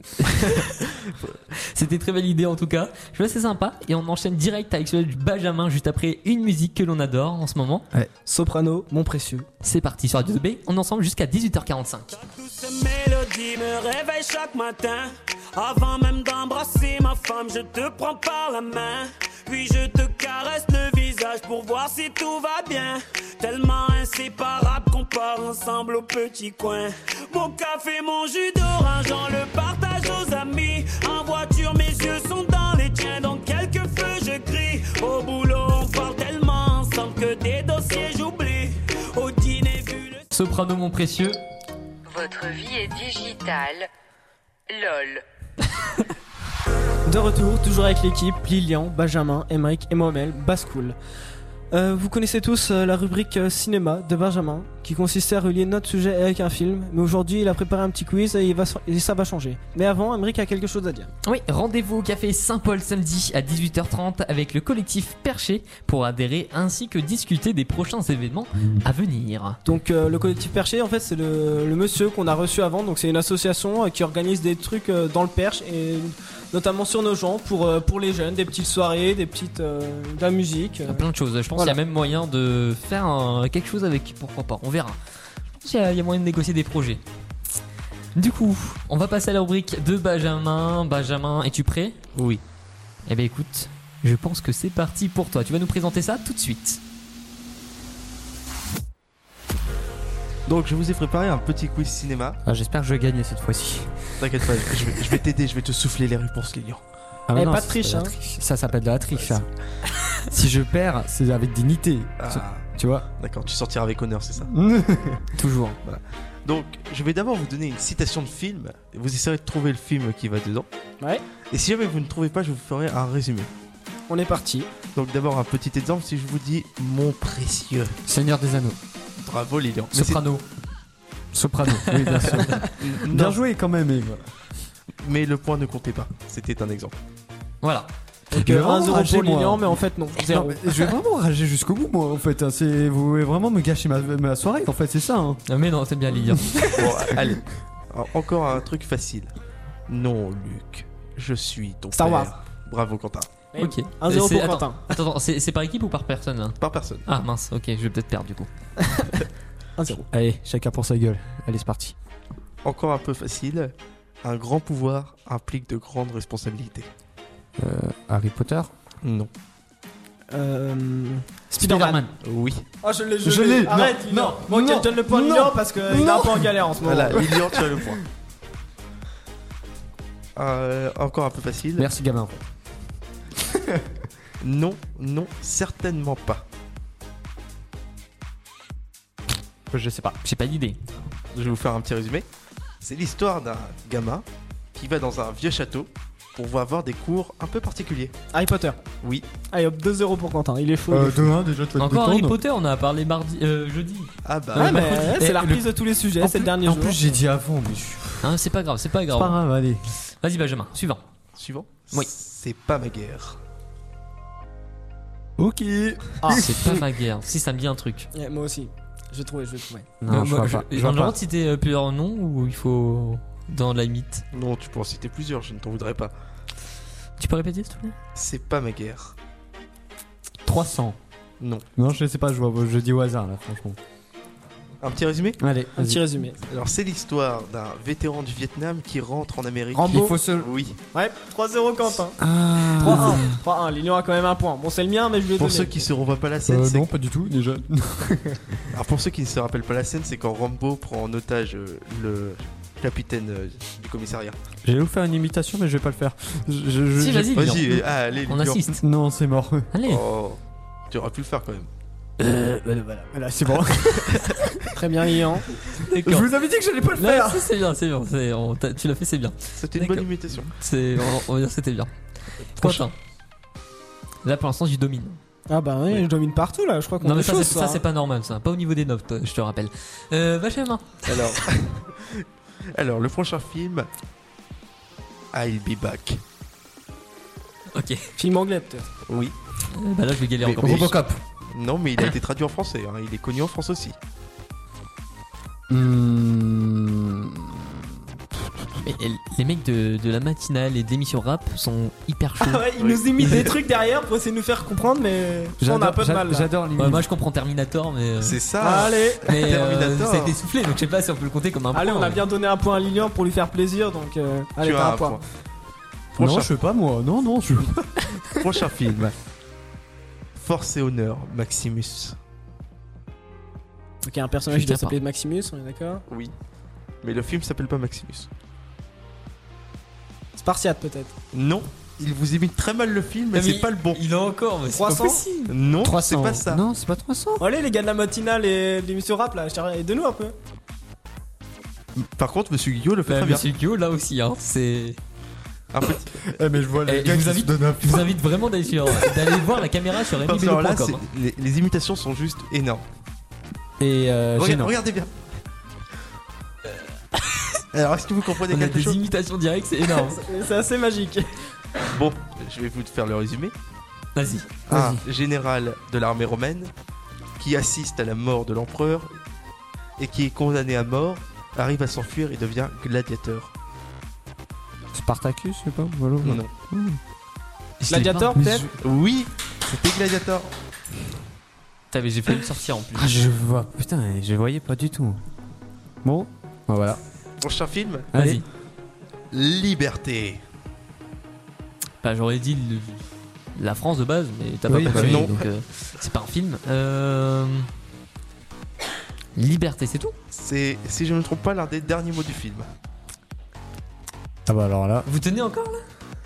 [SPEAKER 2] C'était très belle idée en tout cas. Je trouve c'est sympa. Et on enchaîne direct avec celui de Benjamin juste après une musique que l'on adore en ce moment.
[SPEAKER 5] Soprano, mon précieux.
[SPEAKER 2] C'est parti sur Radio 2B. On est ensemble jusqu'à 18h45.
[SPEAKER 10] Toutes ces mélodies me réveillent chaque matin. Avant même d'embrasser ma femme, je te prends par la main. Puis je te caresse le visage pour voir si tout va bien. Tellement inséparable qu'on part ensemble au petit coin. Mon café, mon jus d'orange, on le partage aux amis. En voiture, mes yeux sont dans les tiens, dans quelques feux je crie. Au boulot, on parle tellement ensemble que des dossiers j'oublie. Au dîner, vu le
[SPEAKER 2] Soprano mon précieux.
[SPEAKER 11] Votre vie est digitale. LOL.
[SPEAKER 5] De retour, toujours avec l'équipe, Lilian, Benjamin, Emeric et moi-même, Bascoul. Euh, vous connaissez tous euh, la rubrique euh, cinéma de Benjamin, qui consistait à relier notre sujet avec un film, mais aujourd'hui il a préparé un petit quiz et, il va so- et ça va changer. Mais avant, Emeric a quelque chose à dire.
[SPEAKER 2] Oui, rendez-vous au café Saint-Paul samedi à 18h30 avec le collectif Perché pour adhérer ainsi que discuter des prochains événements à venir.
[SPEAKER 5] Donc euh, le collectif Perché, en fait, c'est le, le monsieur qu'on a reçu avant, donc c'est une association euh, qui organise des trucs euh, dans le Perche, et notamment sur nos gens, pour, euh, pour les jeunes, des petites soirées, des petites. euh, de la musique.
[SPEAKER 2] Il y a plein de choses. Je pense
[SPEAKER 5] Voilà.
[SPEAKER 2] qu'il y a même moyen de faire un- quelque chose avec. Pourquoi pas On verra. Je pense qu'il y a- il y a moyen de négocier des projets. Du coup, on va passer à la rubrique de Benjamin. Benjamin, es-tu prêt Oui. Eh bien, écoute, je pense que c'est parti pour toi. Tu vas nous présenter ça tout de suite.
[SPEAKER 8] Donc je vous ai préparé un petit quiz cinéma.
[SPEAKER 3] Ah, J'espère que je vais gagner cette fois-ci.
[SPEAKER 8] T'inquiète pas, je vais, je vais t'aider, je vais te souffler les réponses, Lilian.
[SPEAKER 3] Ah, mais
[SPEAKER 8] Eh,
[SPEAKER 3] non,
[SPEAKER 8] pas de
[SPEAKER 3] ça,
[SPEAKER 8] triche,
[SPEAKER 3] c'est
[SPEAKER 8] hein.
[SPEAKER 3] Ça s'appelle de la triche, ça. si je perds, c'est avec dignité. Tu vois
[SPEAKER 8] Ah, D'accord, tu sortiras avec honneur, c'est ça
[SPEAKER 3] Toujours.
[SPEAKER 8] Voilà. Donc, je vais d'abord vous donner une citation de film. Vous essayerez de trouver le film qui va dedans.
[SPEAKER 5] Ouais.
[SPEAKER 8] Et si jamais vous ne trouvez pas, je vous ferai un résumé.
[SPEAKER 5] On est parti.
[SPEAKER 8] Donc, d'abord un petit exemple. Si je vous dis Mon précieux.
[SPEAKER 3] Seigneur des Anneaux.
[SPEAKER 8] Bravo, Lilian. Mais
[SPEAKER 3] Soprano. Soprano, oui, bien sûr.
[SPEAKER 8] c'est-
[SPEAKER 3] bien
[SPEAKER 8] Non,
[SPEAKER 3] joué quand même, Eve.
[SPEAKER 8] Mais le point ne comptait pas. C'était un exemple.
[SPEAKER 2] Voilà.
[SPEAKER 5] Donc
[SPEAKER 3] Je vais
[SPEAKER 5] euh,
[SPEAKER 3] vraiment
[SPEAKER 5] 1-0 pour
[SPEAKER 3] rager, moi.
[SPEAKER 5] Lilian, mais en fait non.
[SPEAKER 3] Non,
[SPEAKER 5] Zéro.
[SPEAKER 3] mais je vais vraiment rager jusqu'au bout, moi, en fait. hein. C'est- Vous voulez vraiment me gâcher ma, ma soirée, en fait, c'est ça. hein.
[SPEAKER 2] Ah, mais non, c'est bien Lilian.
[SPEAKER 8] Bon, allez. Alors, Encore un truc facile. Non, Luc. Je suis ton
[SPEAKER 5] Star
[SPEAKER 8] père.
[SPEAKER 5] Wars.
[SPEAKER 8] Bravo, Quentin.
[SPEAKER 2] Ok.
[SPEAKER 5] 1-0
[SPEAKER 2] C'est-
[SPEAKER 5] pour
[SPEAKER 2] attends,
[SPEAKER 5] Quentin.
[SPEAKER 2] Attends, attends, c'est c'est par équipe ou par personne là
[SPEAKER 8] Par personne.
[SPEAKER 2] Ah mince, ok, je vais peut-être perdre du coup.
[SPEAKER 5] 1-0.
[SPEAKER 3] Allez, chacun pour sa gueule. Allez, c'est parti.
[SPEAKER 8] Encore un peu facile. Un grand pouvoir implique de grandes responsabilités.
[SPEAKER 3] Harry Potter
[SPEAKER 8] Non.
[SPEAKER 5] Euh, Spider-Man.
[SPEAKER 8] Oui.
[SPEAKER 5] Oh, je l'ai,
[SPEAKER 3] Je l'ai, non,
[SPEAKER 5] Arrête, Lilian.
[SPEAKER 3] non,
[SPEAKER 5] Bon,
[SPEAKER 3] non,
[SPEAKER 5] ok, donne le point à
[SPEAKER 3] non,
[SPEAKER 5] Lilian parce qu'il est un
[SPEAKER 3] non.
[SPEAKER 5] peu en galère en ce moment.
[SPEAKER 8] Voilà, Ah, Lilian, tu as le point. Euh, encore un peu facile.
[SPEAKER 3] Merci, gamin.
[SPEAKER 8] Non, non, certainement pas.
[SPEAKER 3] Je sais pas.
[SPEAKER 2] J'ai pas d'idée.
[SPEAKER 8] Je vais vous faire un petit résumé. C'est l'histoire d'un gamin qui va dans un vieux château pour avoir des cours un peu particuliers.
[SPEAKER 5] Harry Potter.
[SPEAKER 8] Oui.
[SPEAKER 5] Allez hop, 2-0 pour Quentin. Il est
[SPEAKER 3] Euh,
[SPEAKER 5] fou. il est fou.
[SPEAKER 3] 2-1, déjà, tu vas
[SPEAKER 2] Encore Harry Potter, on en a parlé mardi, euh, jeudi.
[SPEAKER 8] Ah bah.
[SPEAKER 5] Ouais, mais
[SPEAKER 2] Et
[SPEAKER 5] c'est la
[SPEAKER 2] le-
[SPEAKER 5] reprise de tous les sujets, c'est le dernier
[SPEAKER 3] En
[SPEAKER 5] jour.
[SPEAKER 3] plus, j'ai dit avant, mais je suis
[SPEAKER 2] Hein, c'est pas grave, c'est pas
[SPEAKER 3] pas
[SPEAKER 2] grave.
[SPEAKER 3] grave, allez.
[SPEAKER 2] Vas-y Benjamin, suivant.
[SPEAKER 8] Suivant.
[SPEAKER 2] Oui.
[SPEAKER 8] C'est pas ma guerre.
[SPEAKER 3] Ok. Euh,
[SPEAKER 5] Ah.
[SPEAKER 2] C'est pas ma guerre. Si ça me dit un truc.
[SPEAKER 5] Ouais, moi aussi. Je vais trouver, je vais trouver.
[SPEAKER 3] Non, je
[SPEAKER 2] moi,
[SPEAKER 3] vois pas.
[SPEAKER 2] je-
[SPEAKER 3] Je
[SPEAKER 2] on
[SPEAKER 3] vois
[SPEAKER 2] me
[SPEAKER 3] pas.
[SPEAKER 2] demande si t'es euh, plusieurs noms ou il faut dans la limite.
[SPEAKER 8] Non, tu peux en citer plusieurs, je ne t'en voudrais pas.
[SPEAKER 2] Tu peux répéter s'il te plaît
[SPEAKER 8] C'est pas ma guerre.
[SPEAKER 3] 300.
[SPEAKER 8] Non.
[SPEAKER 3] Non, je sais pas, je, vois, je dis au hasard, là, franchement.
[SPEAKER 8] Un petit résumé
[SPEAKER 3] Allez,
[SPEAKER 5] Un petit résumé.
[SPEAKER 8] Alors, c'est l'histoire d'un vétéran du Vietnam qui rentre en Amérique.
[SPEAKER 5] Rambo.
[SPEAKER 3] Il faut se.
[SPEAKER 8] Oui.
[SPEAKER 5] Ouais, 3-0 Quentin.
[SPEAKER 3] Ah.
[SPEAKER 5] 3-1. 3-1. Lilian a quand même un point. Bon, c'est le mien, mais je lui ai
[SPEAKER 8] Pour
[SPEAKER 5] donné.
[SPEAKER 8] ceux qui se revoient pas la scène,
[SPEAKER 3] Euh,
[SPEAKER 8] c'est
[SPEAKER 3] non, pas du tout, déjà.
[SPEAKER 8] Alors pour ceux qui ne se rappellent pas la scène, c'est quand Rambo prend en otage euh, le capitaine euh, du commissariat.
[SPEAKER 3] J'allais vous faire une imitation, mais je vais pas le faire. Je- je- je-
[SPEAKER 2] Si, vas-y,
[SPEAKER 8] Vas-y,
[SPEAKER 2] Lilian.
[SPEAKER 8] euh, ah, allez,
[SPEAKER 2] On
[SPEAKER 8] Lilian.
[SPEAKER 2] assiste.
[SPEAKER 3] Non, c'est mort.
[SPEAKER 2] Allez.
[SPEAKER 8] Oh, tu aurais pu le faire quand même.
[SPEAKER 3] Euh, Voilà, c'est bon.
[SPEAKER 5] Très bien, Lilian.
[SPEAKER 3] je
[SPEAKER 2] D'accord.
[SPEAKER 3] vous avais dit que j'allais pas le
[SPEAKER 2] Là,
[SPEAKER 3] faire.
[SPEAKER 2] si, c'est bien, c'est bien. c'est- on t'a- tu l'as fait, c'est bien.
[SPEAKER 8] C'était une
[SPEAKER 2] D'accord.
[SPEAKER 8] bonne imitation.
[SPEAKER 2] C'est, on, on va dire que c'était bien. Prochain. Là pour l'instant j'y domine.
[SPEAKER 5] Ah bah oui, je domine partout là, je crois qu'on
[SPEAKER 2] Non mais bah,
[SPEAKER 5] est
[SPEAKER 2] ça
[SPEAKER 5] chaud
[SPEAKER 2] c'est,
[SPEAKER 5] ce
[SPEAKER 2] ça
[SPEAKER 5] soir,
[SPEAKER 2] c'est
[SPEAKER 5] hein.
[SPEAKER 2] pas normal ça, pas au niveau des notes je te rappelle. Euh, Benjamin.
[SPEAKER 8] Alors, alors le prochain film, I'll be back.
[SPEAKER 2] Ok.
[SPEAKER 5] Film anglais peut-être.
[SPEAKER 8] Oui.
[SPEAKER 2] Euh, Bah là je vais galérer
[SPEAKER 8] Mais-
[SPEAKER 2] encore.
[SPEAKER 8] mais-
[SPEAKER 2] plus.
[SPEAKER 3] Robocop.
[SPEAKER 8] Non, mais il a été traduit en français. hein. Il est connu en France aussi.
[SPEAKER 3] Hmm.
[SPEAKER 2] Mais, euh, les mecs de, de la matinale et de l'émission rap sont hyper chauds.
[SPEAKER 5] Ah ouais, il
[SPEAKER 8] Oui.
[SPEAKER 5] nous imite des trucs derrière pour essayer de nous faire comprendre, mais on a un peu de
[SPEAKER 3] j'a-
[SPEAKER 5] mal. là.
[SPEAKER 3] J'adore
[SPEAKER 2] Ouais,
[SPEAKER 3] l'image.
[SPEAKER 2] moi je comprends Terminator mais. euh,
[SPEAKER 8] C'est ça.
[SPEAKER 5] Allez,
[SPEAKER 2] Mais euh,
[SPEAKER 8] Terminator.
[SPEAKER 2] ça a été soufflé, donc je sais pas si on peut le compter comme un
[SPEAKER 5] allez,
[SPEAKER 2] point,
[SPEAKER 5] on a
[SPEAKER 2] mais-
[SPEAKER 5] bien donné un point à Lilian pour lui faire plaisir, donc euh, allez,
[SPEAKER 8] tu
[SPEAKER 5] t'as
[SPEAKER 8] as un point. Prochain,
[SPEAKER 3] non, je sais pas moi. Non, non, je.
[SPEAKER 8] prochain film. Force et honneur, Maximus.
[SPEAKER 5] Donc il y a un
[SPEAKER 2] Je
[SPEAKER 5] personnage qui
[SPEAKER 2] tiens
[SPEAKER 5] doit s'appeler Maximus, on est d'accord
[SPEAKER 8] Oui. Mais le film s'appelle pas Maximus.
[SPEAKER 5] Spartiate peut-être.
[SPEAKER 8] Non, il vous imite très mal le film, mais
[SPEAKER 2] Mais
[SPEAKER 8] c'est
[SPEAKER 2] il-
[SPEAKER 8] pas le bon.
[SPEAKER 2] Il a encore, mais c'est pas
[SPEAKER 5] 300.
[SPEAKER 2] possible.
[SPEAKER 8] Non, c'est
[SPEAKER 3] 300.
[SPEAKER 8] pas ça.
[SPEAKER 3] Non, c'est pas 300.
[SPEAKER 5] Allez les gars de la matinale et de l'émission rap là, aidez-nous un peu.
[SPEAKER 8] Par contre, Monsieur Guillaume le fait
[SPEAKER 2] Bah,
[SPEAKER 8] très bien.
[SPEAKER 2] Monsieur Guillaume, là aussi, hein, c'est.
[SPEAKER 8] Un petit-
[SPEAKER 3] Eh, mais je vois
[SPEAKER 2] Eh, je vous invite, je vous invite vraiment d'aller, sur- d'aller voir la caméra sur
[SPEAKER 8] Parce que alors là,
[SPEAKER 2] mibello.com.
[SPEAKER 8] c'est- les, les imitations sont juste énormes.
[SPEAKER 3] Et euh,
[SPEAKER 8] Regarde-
[SPEAKER 3] gênant.
[SPEAKER 8] regardez bien. alors, est-ce que vous comprenez
[SPEAKER 2] On a
[SPEAKER 8] quelque
[SPEAKER 2] des
[SPEAKER 8] chose
[SPEAKER 2] imitations directes, c'est énorme.
[SPEAKER 5] C'est assez magique.
[SPEAKER 8] Bon, je vais vous faire le résumé.
[SPEAKER 2] Vas-y.
[SPEAKER 8] Un général de l'armée romaine qui assiste à la mort de l'empereur et qui est condamné à mort arrive à s'enfuir et devient gladiateur.
[SPEAKER 3] Spartacus, je sais pas. Voilà.
[SPEAKER 8] Non.
[SPEAKER 3] Hmm.
[SPEAKER 8] Gladiator, peut-être Oui, c'était Gladiator.
[SPEAKER 2] Putain, mais j'ai failli me sortir en plus.
[SPEAKER 3] Ah, je vois, putain, je voyais pas du tout. Bon, bah voilà.
[SPEAKER 8] Prochain film
[SPEAKER 3] Vas-y.
[SPEAKER 8] Liberté.
[SPEAKER 2] Bah, j'aurais dit le- la France de base, mais t'as
[SPEAKER 8] Oui,
[SPEAKER 2] pas
[SPEAKER 8] bah
[SPEAKER 2] compris,
[SPEAKER 8] oui.
[SPEAKER 2] donc euh, c'est pas un film. Euh, Liberté, c'est tout
[SPEAKER 8] C'est, si je ne me trompe pas, l'un des derniers mots du film.
[SPEAKER 3] Ah bah alors là.
[SPEAKER 2] Vous tenez encore là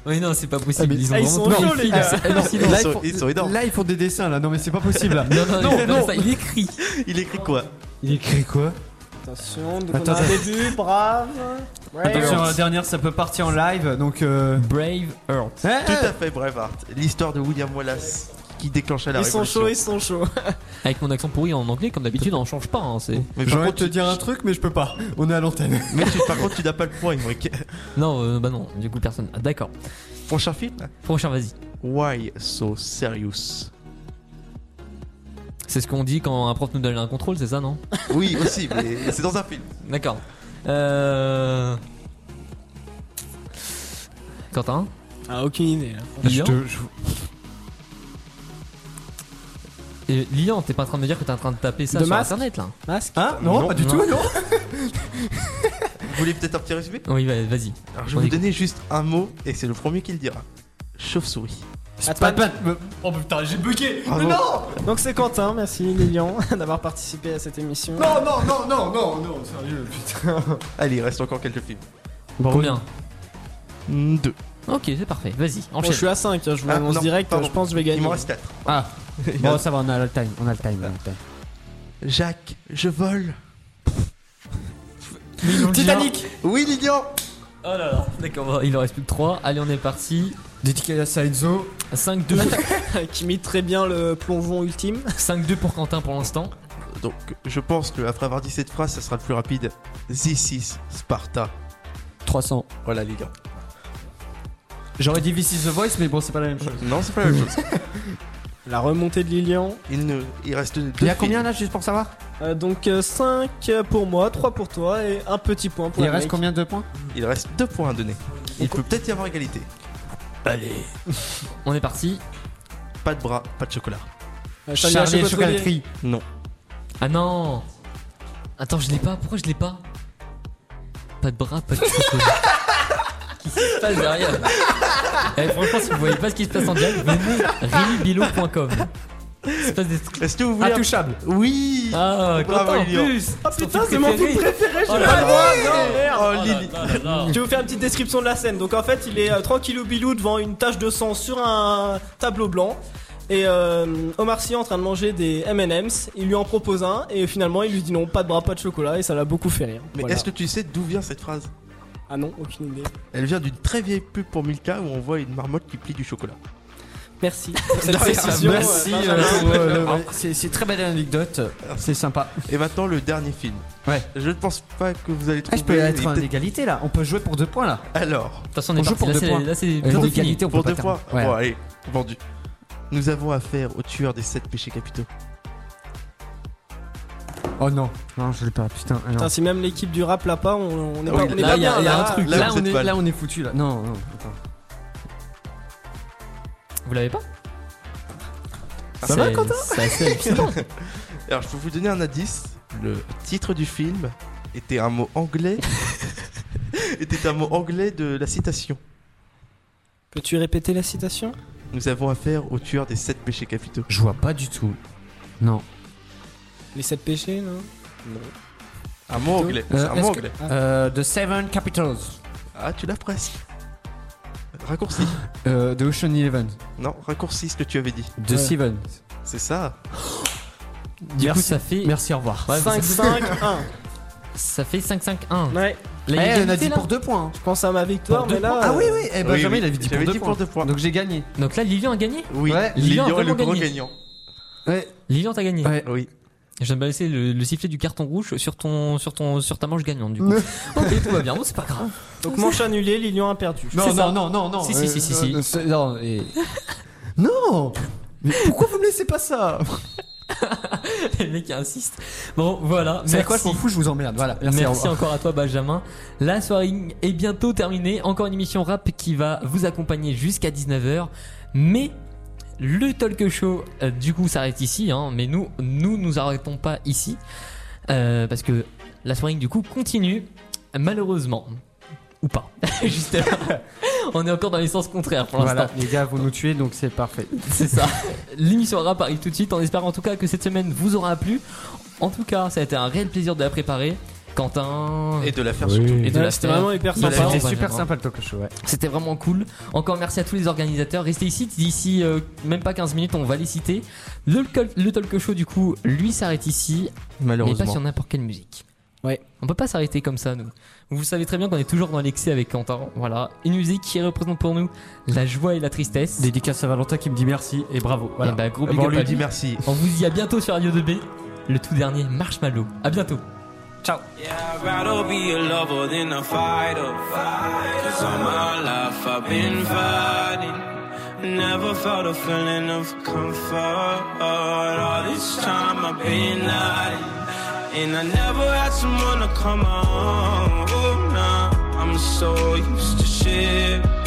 [SPEAKER 2] Oui, non, c'est pas possible.
[SPEAKER 3] mais-
[SPEAKER 2] ils ont
[SPEAKER 3] Ah, ils
[SPEAKER 2] vraiment
[SPEAKER 3] sont
[SPEAKER 2] tous
[SPEAKER 3] chauds,
[SPEAKER 2] les
[SPEAKER 3] les
[SPEAKER 2] films,
[SPEAKER 3] gars.
[SPEAKER 2] c'est hallucinant.
[SPEAKER 3] Là, ils font- là, ils font des dessins là, non mais c'est pas possible là.
[SPEAKER 2] Non, non, il,
[SPEAKER 3] non.
[SPEAKER 2] ça, il écrit.
[SPEAKER 8] Il écrit quoi
[SPEAKER 3] Il écrit quoi
[SPEAKER 5] Attention, donc
[SPEAKER 3] Attends,
[SPEAKER 5] on a un
[SPEAKER 3] attends.
[SPEAKER 5] début, brave.
[SPEAKER 3] Attention,
[SPEAKER 5] Brave.
[SPEAKER 3] la euh, dernière ça peut partir en live donc. euh,
[SPEAKER 2] Brave Earth.
[SPEAKER 3] hein
[SPEAKER 8] Tout à fait, Braveheart. L'histoire de William Wallace qui déclencha la
[SPEAKER 5] Ils sont
[SPEAKER 8] révolution.
[SPEAKER 5] chauds, ils sont chauds.
[SPEAKER 2] Avec mon accent pourri en anglais, comme d'habitude, on change pas. hein, c'est...
[SPEAKER 5] Oh.
[SPEAKER 8] Mais
[SPEAKER 3] J'ai
[SPEAKER 8] par
[SPEAKER 3] envie de
[SPEAKER 8] contre,
[SPEAKER 3] te dire un truc, mais je peux pas. On est à l'antenne.
[SPEAKER 8] mais tu- par contre, tu n'as pas le point, Emmerich.
[SPEAKER 2] Non, euh, bah non, du coup, personne. Ah, d'accord.
[SPEAKER 8] Prochain film
[SPEAKER 2] Prochain, vas-y.
[SPEAKER 8] Why So Serious
[SPEAKER 2] C'est ce qu'on dit quand un prof nous donne un contrôle, c'est ça, non
[SPEAKER 8] Oui, aussi, mais c'est dans un film.
[SPEAKER 2] D'accord. Euh... Quentin
[SPEAKER 5] Ah, aucune idée. là.
[SPEAKER 2] Lilian Et Lilian, t'es pas en train de me dire que t'es en train de taper ça
[SPEAKER 5] De
[SPEAKER 2] sur
[SPEAKER 5] masque
[SPEAKER 2] internet là
[SPEAKER 5] Masque
[SPEAKER 3] Hein non,
[SPEAKER 8] Non,
[SPEAKER 3] pas du tout, non
[SPEAKER 8] Vous voulez peut-être un petit résumé
[SPEAKER 2] Oui, va- vas-y.
[SPEAKER 8] Alors, je
[SPEAKER 2] On
[SPEAKER 8] vais vous
[SPEAKER 2] écoute.
[SPEAKER 8] donner juste un mot et c'est le premier qui le dira. Chauve-souris.
[SPEAKER 5] Batman.
[SPEAKER 3] Batman. Oh putain, j'ai bugué
[SPEAKER 8] Bravo.
[SPEAKER 5] Donc c'est Quentin, merci Lilian d'avoir participé à cette émission.
[SPEAKER 3] Non, non, non, non, non, non, sérieux, putain.
[SPEAKER 8] Allez, il reste encore quelques films.
[SPEAKER 2] Combien
[SPEAKER 8] Mm, Deux.
[SPEAKER 2] Ok, c'est parfait. Vas-y,
[SPEAKER 5] Bon, Oh, je
[SPEAKER 2] enchaîne.
[SPEAKER 5] suis à 5, je vous
[SPEAKER 8] Ah,
[SPEAKER 5] annonce
[SPEAKER 8] non,
[SPEAKER 5] direct,
[SPEAKER 8] pardon.
[SPEAKER 5] je pense que je vais
[SPEAKER 8] Il
[SPEAKER 5] gagner.
[SPEAKER 8] m'en reste quatre.
[SPEAKER 3] Ah,
[SPEAKER 8] Bon,
[SPEAKER 3] ça va, on a le time, on a le time, on a le time.
[SPEAKER 8] Jacques, je vole.
[SPEAKER 5] Titanic
[SPEAKER 8] Oui, Lilian
[SPEAKER 2] Oh là là, d'accord, il en reste plus que 3. Allez, on est parti.
[SPEAKER 3] Dédicace à Saizo.
[SPEAKER 2] 5-2.
[SPEAKER 5] Qui imite très bien le plongeon ultime.
[SPEAKER 2] 5-2 pour Quentin pour l'instant.
[SPEAKER 8] Donc, je pense qu'après avoir dit cette phrase, ça sera le plus rapide. This is Sparta.
[SPEAKER 3] 300.
[SPEAKER 8] Voilà, Lilian.
[SPEAKER 3] J'aurais dit This is the Voice, mais bon, c'est pas la même chose.
[SPEAKER 8] Non, c'est pas la même chose.
[SPEAKER 5] La remontée de Lilian.
[SPEAKER 8] Il, ne... il reste deux
[SPEAKER 3] Il y a
[SPEAKER 8] films.
[SPEAKER 3] combien là, juste pour savoir
[SPEAKER 5] Euh, donc 5 pour moi, 3 pour toi et un petit point pour
[SPEAKER 3] Il
[SPEAKER 5] le
[SPEAKER 3] reste
[SPEAKER 5] mec.
[SPEAKER 3] combien de points
[SPEAKER 8] Il reste deux points à donner. Il peut peut-être y avoir égalité. Allez.
[SPEAKER 2] On est parti.
[SPEAKER 8] Pas de bras, pas de chocolat.
[SPEAKER 5] Euh, Charlie
[SPEAKER 3] Charlie et
[SPEAKER 5] la Chocotelier.
[SPEAKER 3] Chocolaterie.
[SPEAKER 8] Non.
[SPEAKER 2] Ah non Attends, je l'ai pas. Pourquoi je l'ai pas Pas de bras, pas de chocolat. Qu'est-ce qui se passe derrière Eh, Franchement, si vous voyez pas ce qui se passe en direct, venez remybilo.com. Il se passe des trucs
[SPEAKER 8] Est-ce que vous voulez.
[SPEAKER 3] Intouchable.
[SPEAKER 8] Oui
[SPEAKER 2] Ah,
[SPEAKER 8] Bravo,
[SPEAKER 2] Quentin, en
[SPEAKER 8] Lilian.
[SPEAKER 2] plus
[SPEAKER 5] Ah putain, c'est mon film préféré,
[SPEAKER 2] Oh
[SPEAKER 5] j'ai
[SPEAKER 2] là
[SPEAKER 5] pas
[SPEAKER 2] là.
[SPEAKER 5] le droit, non, merde.
[SPEAKER 8] Oh,
[SPEAKER 2] Oh là
[SPEAKER 8] Lily.
[SPEAKER 2] là là là.
[SPEAKER 5] Je vais vous faire une petite description de la scène. Donc en fait, il est euh, tranquille ou bilou devant une tache de sang sur un tableau blanc. Et euh, Omar Sy est en train de manger des M&M's. Il lui en propose un et finalement il lui dit non, pas de bras, pas de chocolat et ça l'a beaucoup fait rire.
[SPEAKER 8] Mais
[SPEAKER 5] Voilà.
[SPEAKER 8] est-ce que tu sais d'où vient cette phrase
[SPEAKER 5] Ah non, aucune idée.
[SPEAKER 8] Elle vient d'une très vieille pub pour Milka où on voit une marmotte qui plie du chocolat.
[SPEAKER 5] Merci. pour cette
[SPEAKER 8] De rien.
[SPEAKER 5] précision,
[SPEAKER 3] Merci.
[SPEAKER 5] euh,
[SPEAKER 3] euh,
[SPEAKER 5] Benjamin.
[SPEAKER 3] pour, euh, le- ouais, c'est c'est très belle anecdote. C'est sympa.
[SPEAKER 8] Et maintenant, le dernier film.
[SPEAKER 3] Ouais.
[SPEAKER 8] Je ne pense pas que vous allez
[SPEAKER 3] Ah,
[SPEAKER 8] trouver.
[SPEAKER 3] je peux être
[SPEAKER 8] mais
[SPEAKER 3] en
[SPEAKER 8] peut-être-
[SPEAKER 3] égalité là. On peut jouer pour deux points là.
[SPEAKER 8] Alors,
[SPEAKER 2] De toute façon, on est
[SPEAKER 3] On joue
[SPEAKER 2] parti.
[SPEAKER 3] pour
[SPEAKER 2] Là,
[SPEAKER 3] deux
[SPEAKER 2] c'est-
[SPEAKER 3] points.
[SPEAKER 2] là, c'est
[SPEAKER 3] Pour
[SPEAKER 2] bientôt fini.
[SPEAKER 3] l'égalité, on
[SPEAKER 8] pour
[SPEAKER 3] peut
[SPEAKER 8] deux
[SPEAKER 3] pas
[SPEAKER 8] fois.
[SPEAKER 3] terminer. Ouais.
[SPEAKER 8] Bon, allez, vendu. Nous avons affaire au tueur des sept péchés capitaux.
[SPEAKER 3] Oh non. Non, je l'ai pas. Putain. ah, non.
[SPEAKER 5] Putain, si même l'équipe du rap l'a pas, on, on est
[SPEAKER 8] Ah
[SPEAKER 5] pas,
[SPEAKER 8] oui,
[SPEAKER 5] on est
[SPEAKER 2] Là,
[SPEAKER 5] pas
[SPEAKER 2] il y, a-
[SPEAKER 5] bien,
[SPEAKER 2] il y a
[SPEAKER 5] là.
[SPEAKER 2] un truc.
[SPEAKER 8] là,
[SPEAKER 3] Là,
[SPEAKER 8] vous
[SPEAKER 3] on
[SPEAKER 8] êtes
[SPEAKER 3] est,
[SPEAKER 8] mal.
[SPEAKER 3] là, on est foutu là. Non, non. attends.
[SPEAKER 2] Vous l'avez pas
[SPEAKER 8] Ça va, Quentin
[SPEAKER 2] C'est assez hallucinant.
[SPEAKER 8] Alors, je peux vous donner un indice. Le titre du film était un mot anglais. était un mot anglais de la citation.
[SPEAKER 5] Peux-tu répéter la citation
[SPEAKER 8] Nous avons affaire au tueur des sept péchés capitaux.
[SPEAKER 3] Je vois pas du tout. Non.
[SPEAKER 5] Les sept péchés, non
[SPEAKER 8] Un mot anglais.
[SPEAKER 3] Euh,
[SPEAKER 8] C'est un
[SPEAKER 3] est-ce
[SPEAKER 8] mot
[SPEAKER 3] que-
[SPEAKER 8] anglais.
[SPEAKER 3] Euh, The Seven Capitals.
[SPEAKER 8] Ah, tu l'as presque. Raccourci.
[SPEAKER 3] Euh, The Ocean Eleven.
[SPEAKER 8] non, raccourci ce que tu avais dit.
[SPEAKER 3] The Seven.
[SPEAKER 8] C'est ça.
[SPEAKER 2] Du coup, ça fait.
[SPEAKER 3] Merci, au revoir.
[SPEAKER 2] Ouais,
[SPEAKER 5] 5,
[SPEAKER 2] ça-
[SPEAKER 5] 5, 1.
[SPEAKER 2] Ça fait 5-5-1.
[SPEAKER 5] Ouais,
[SPEAKER 3] Eh,
[SPEAKER 2] Là, il y
[SPEAKER 3] on
[SPEAKER 2] a
[SPEAKER 3] a dit
[SPEAKER 2] là.
[SPEAKER 3] pour deux points. hein.
[SPEAKER 5] je pense à ma victoire,
[SPEAKER 2] Pour deux
[SPEAKER 5] mais là.
[SPEAKER 3] Ah oui,
[SPEAKER 5] euh,
[SPEAKER 3] oui. Eh ben,
[SPEAKER 8] oui,
[SPEAKER 3] jamais
[SPEAKER 8] oui.
[SPEAKER 3] il avait dit pour
[SPEAKER 8] J'avais
[SPEAKER 3] deux
[SPEAKER 8] dit
[SPEAKER 3] points.
[SPEAKER 8] pour deux points.
[SPEAKER 3] Donc j'ai gagné.
[SPEAKER 2] Donc là, Lilian a gagné
[SPEAKER 8] Oui,
[SPEAKER 3] Ouais.
[SPEAKER 8] Lilian,
[SPEAKER 2] Lilian a
[SPEAKER 8] est le
[SPEAKER 2] vraiment
[SPEAKER 8] grand
[SPEAKER 2] gagné.
[SPEAKER 8] gagnant.
[SPEAKER 3] Ouais.
[SPEAKER 2] Lilian, t'as gagné.
[SPEAKER 3] Ouais.
[SPEAKER 8] Eh Oui.
[SPEAKER 2] Je viens de balancer le, le sifflet du carton rouge sur ton sur ton sur ta manche gagnante du coup. ok, tout va bien, bon, c'est pas grave.
[SPEAKER 5] euh, Donc manche annulée, Lilian a perdu.
[SPEAKER 3] Non,
[SPEAKER 2] C'est ça.
[SPEAKER 3] non, non, non, non.
[SPEAKER 2] Si, si, si, si, si.
[SPEAKER 3] euh, c'est- Non. et- non. Mais pourquoi vous me laissez pas ça
[SPEAKER 2] Les mecs qui insistent. Bon, voilà.
[SPEAKER 3] C'est
[SPEAKER 2] Merci.
[SPEAKER 3] quoi, je m'en fous, je vous emmerde. Voilà, merci,
[SPEAKER 2] Merci,
[SPEAKER 3] au revoir.
[SPEAKER 2] encore à toi Benjamin. La soirée est bientôt terminée. Encore une émission rap qui va vous accompagner jusqu'à 19h. Mais le talk show, euh, du coup, s'arrête ici. hein. mais nous, nous nous arrêtons pas ici. Euh, parce que la soirée du coup continue. Malheureusement. Ou pas. Justement. On est encore dans les sens contraires pour l'instant.
[SPEAKER 3] Voilà, les gars vont nous tuer, donc c'est parfait.
[SPEAKER 2] C'est ça. L'émission rap arrive tout de suite. On espère en tout cas que cette semaine vous aura plu. En tout cas, ça a été un réel plaisir de la préparer. Quentin.
[SPEAKER 8] Et de la faire surtout.
[SPEAKER 2] Et de
[SPEAKER 5] Ouais,
[SPEAKER 2] la
[SPEAKER 5] c'était
[SPEAKER 2] faire.
[SPEAKER 5] vraiment hyper
[SPEAKER 2] De
[SPEAKER 5] sympa.
[SPEAKER 2] la faire,
[SPEAKER 3] C'était
[SPEAKER 2] Benjamin.
[SPEAKER 3] super sympa le talk show, ouais.
[SPEAKER 2] C'était vraiment cool. Encore merci à tous les organisateurs. Restez ici. D'ici euh, même pas 15 minutes, on va les citer. Le, le talk show, du coup, lui s'arrête ici. Mais pas
[SPEAKER 8] Malheureusement.
[SPEAKER 2] sur n'importe quelle musique.
[SPEAKER 5] Ouais.
[SPEAKER 2] On peut pas s'arrêter comme ça, nous. Vous savez très bien qu'on est toujours dans l'excès avec Quentin. Voilà. Une musique qui représente pour nous la joie et la tristesse.
[SPEAKER 3] Dédicace à Valentin qui me dit merci et bravo. Voilà.
[SPEAKER 2] Eh ben, gros big
[SPEAKER 8] Bon, on
[SPEAKER 2] up à
[SPEAKER 8] lui
[SPEAKER 2] lui.
[SPEAKER 8] dit merci.
[SPEAKER 2] On vous dit à bientôt sur Radio 2B, le tout dernier Marshmallow. À bientôt.
[SPEAKER 10] Yeah, I'd rather be a lover than a fighter. Cause all my life I've been fighting. Never felt a feeling of comfort. All this time I've been hiding. And I never had someone to come on. Oh, nah, I'm so used to shit.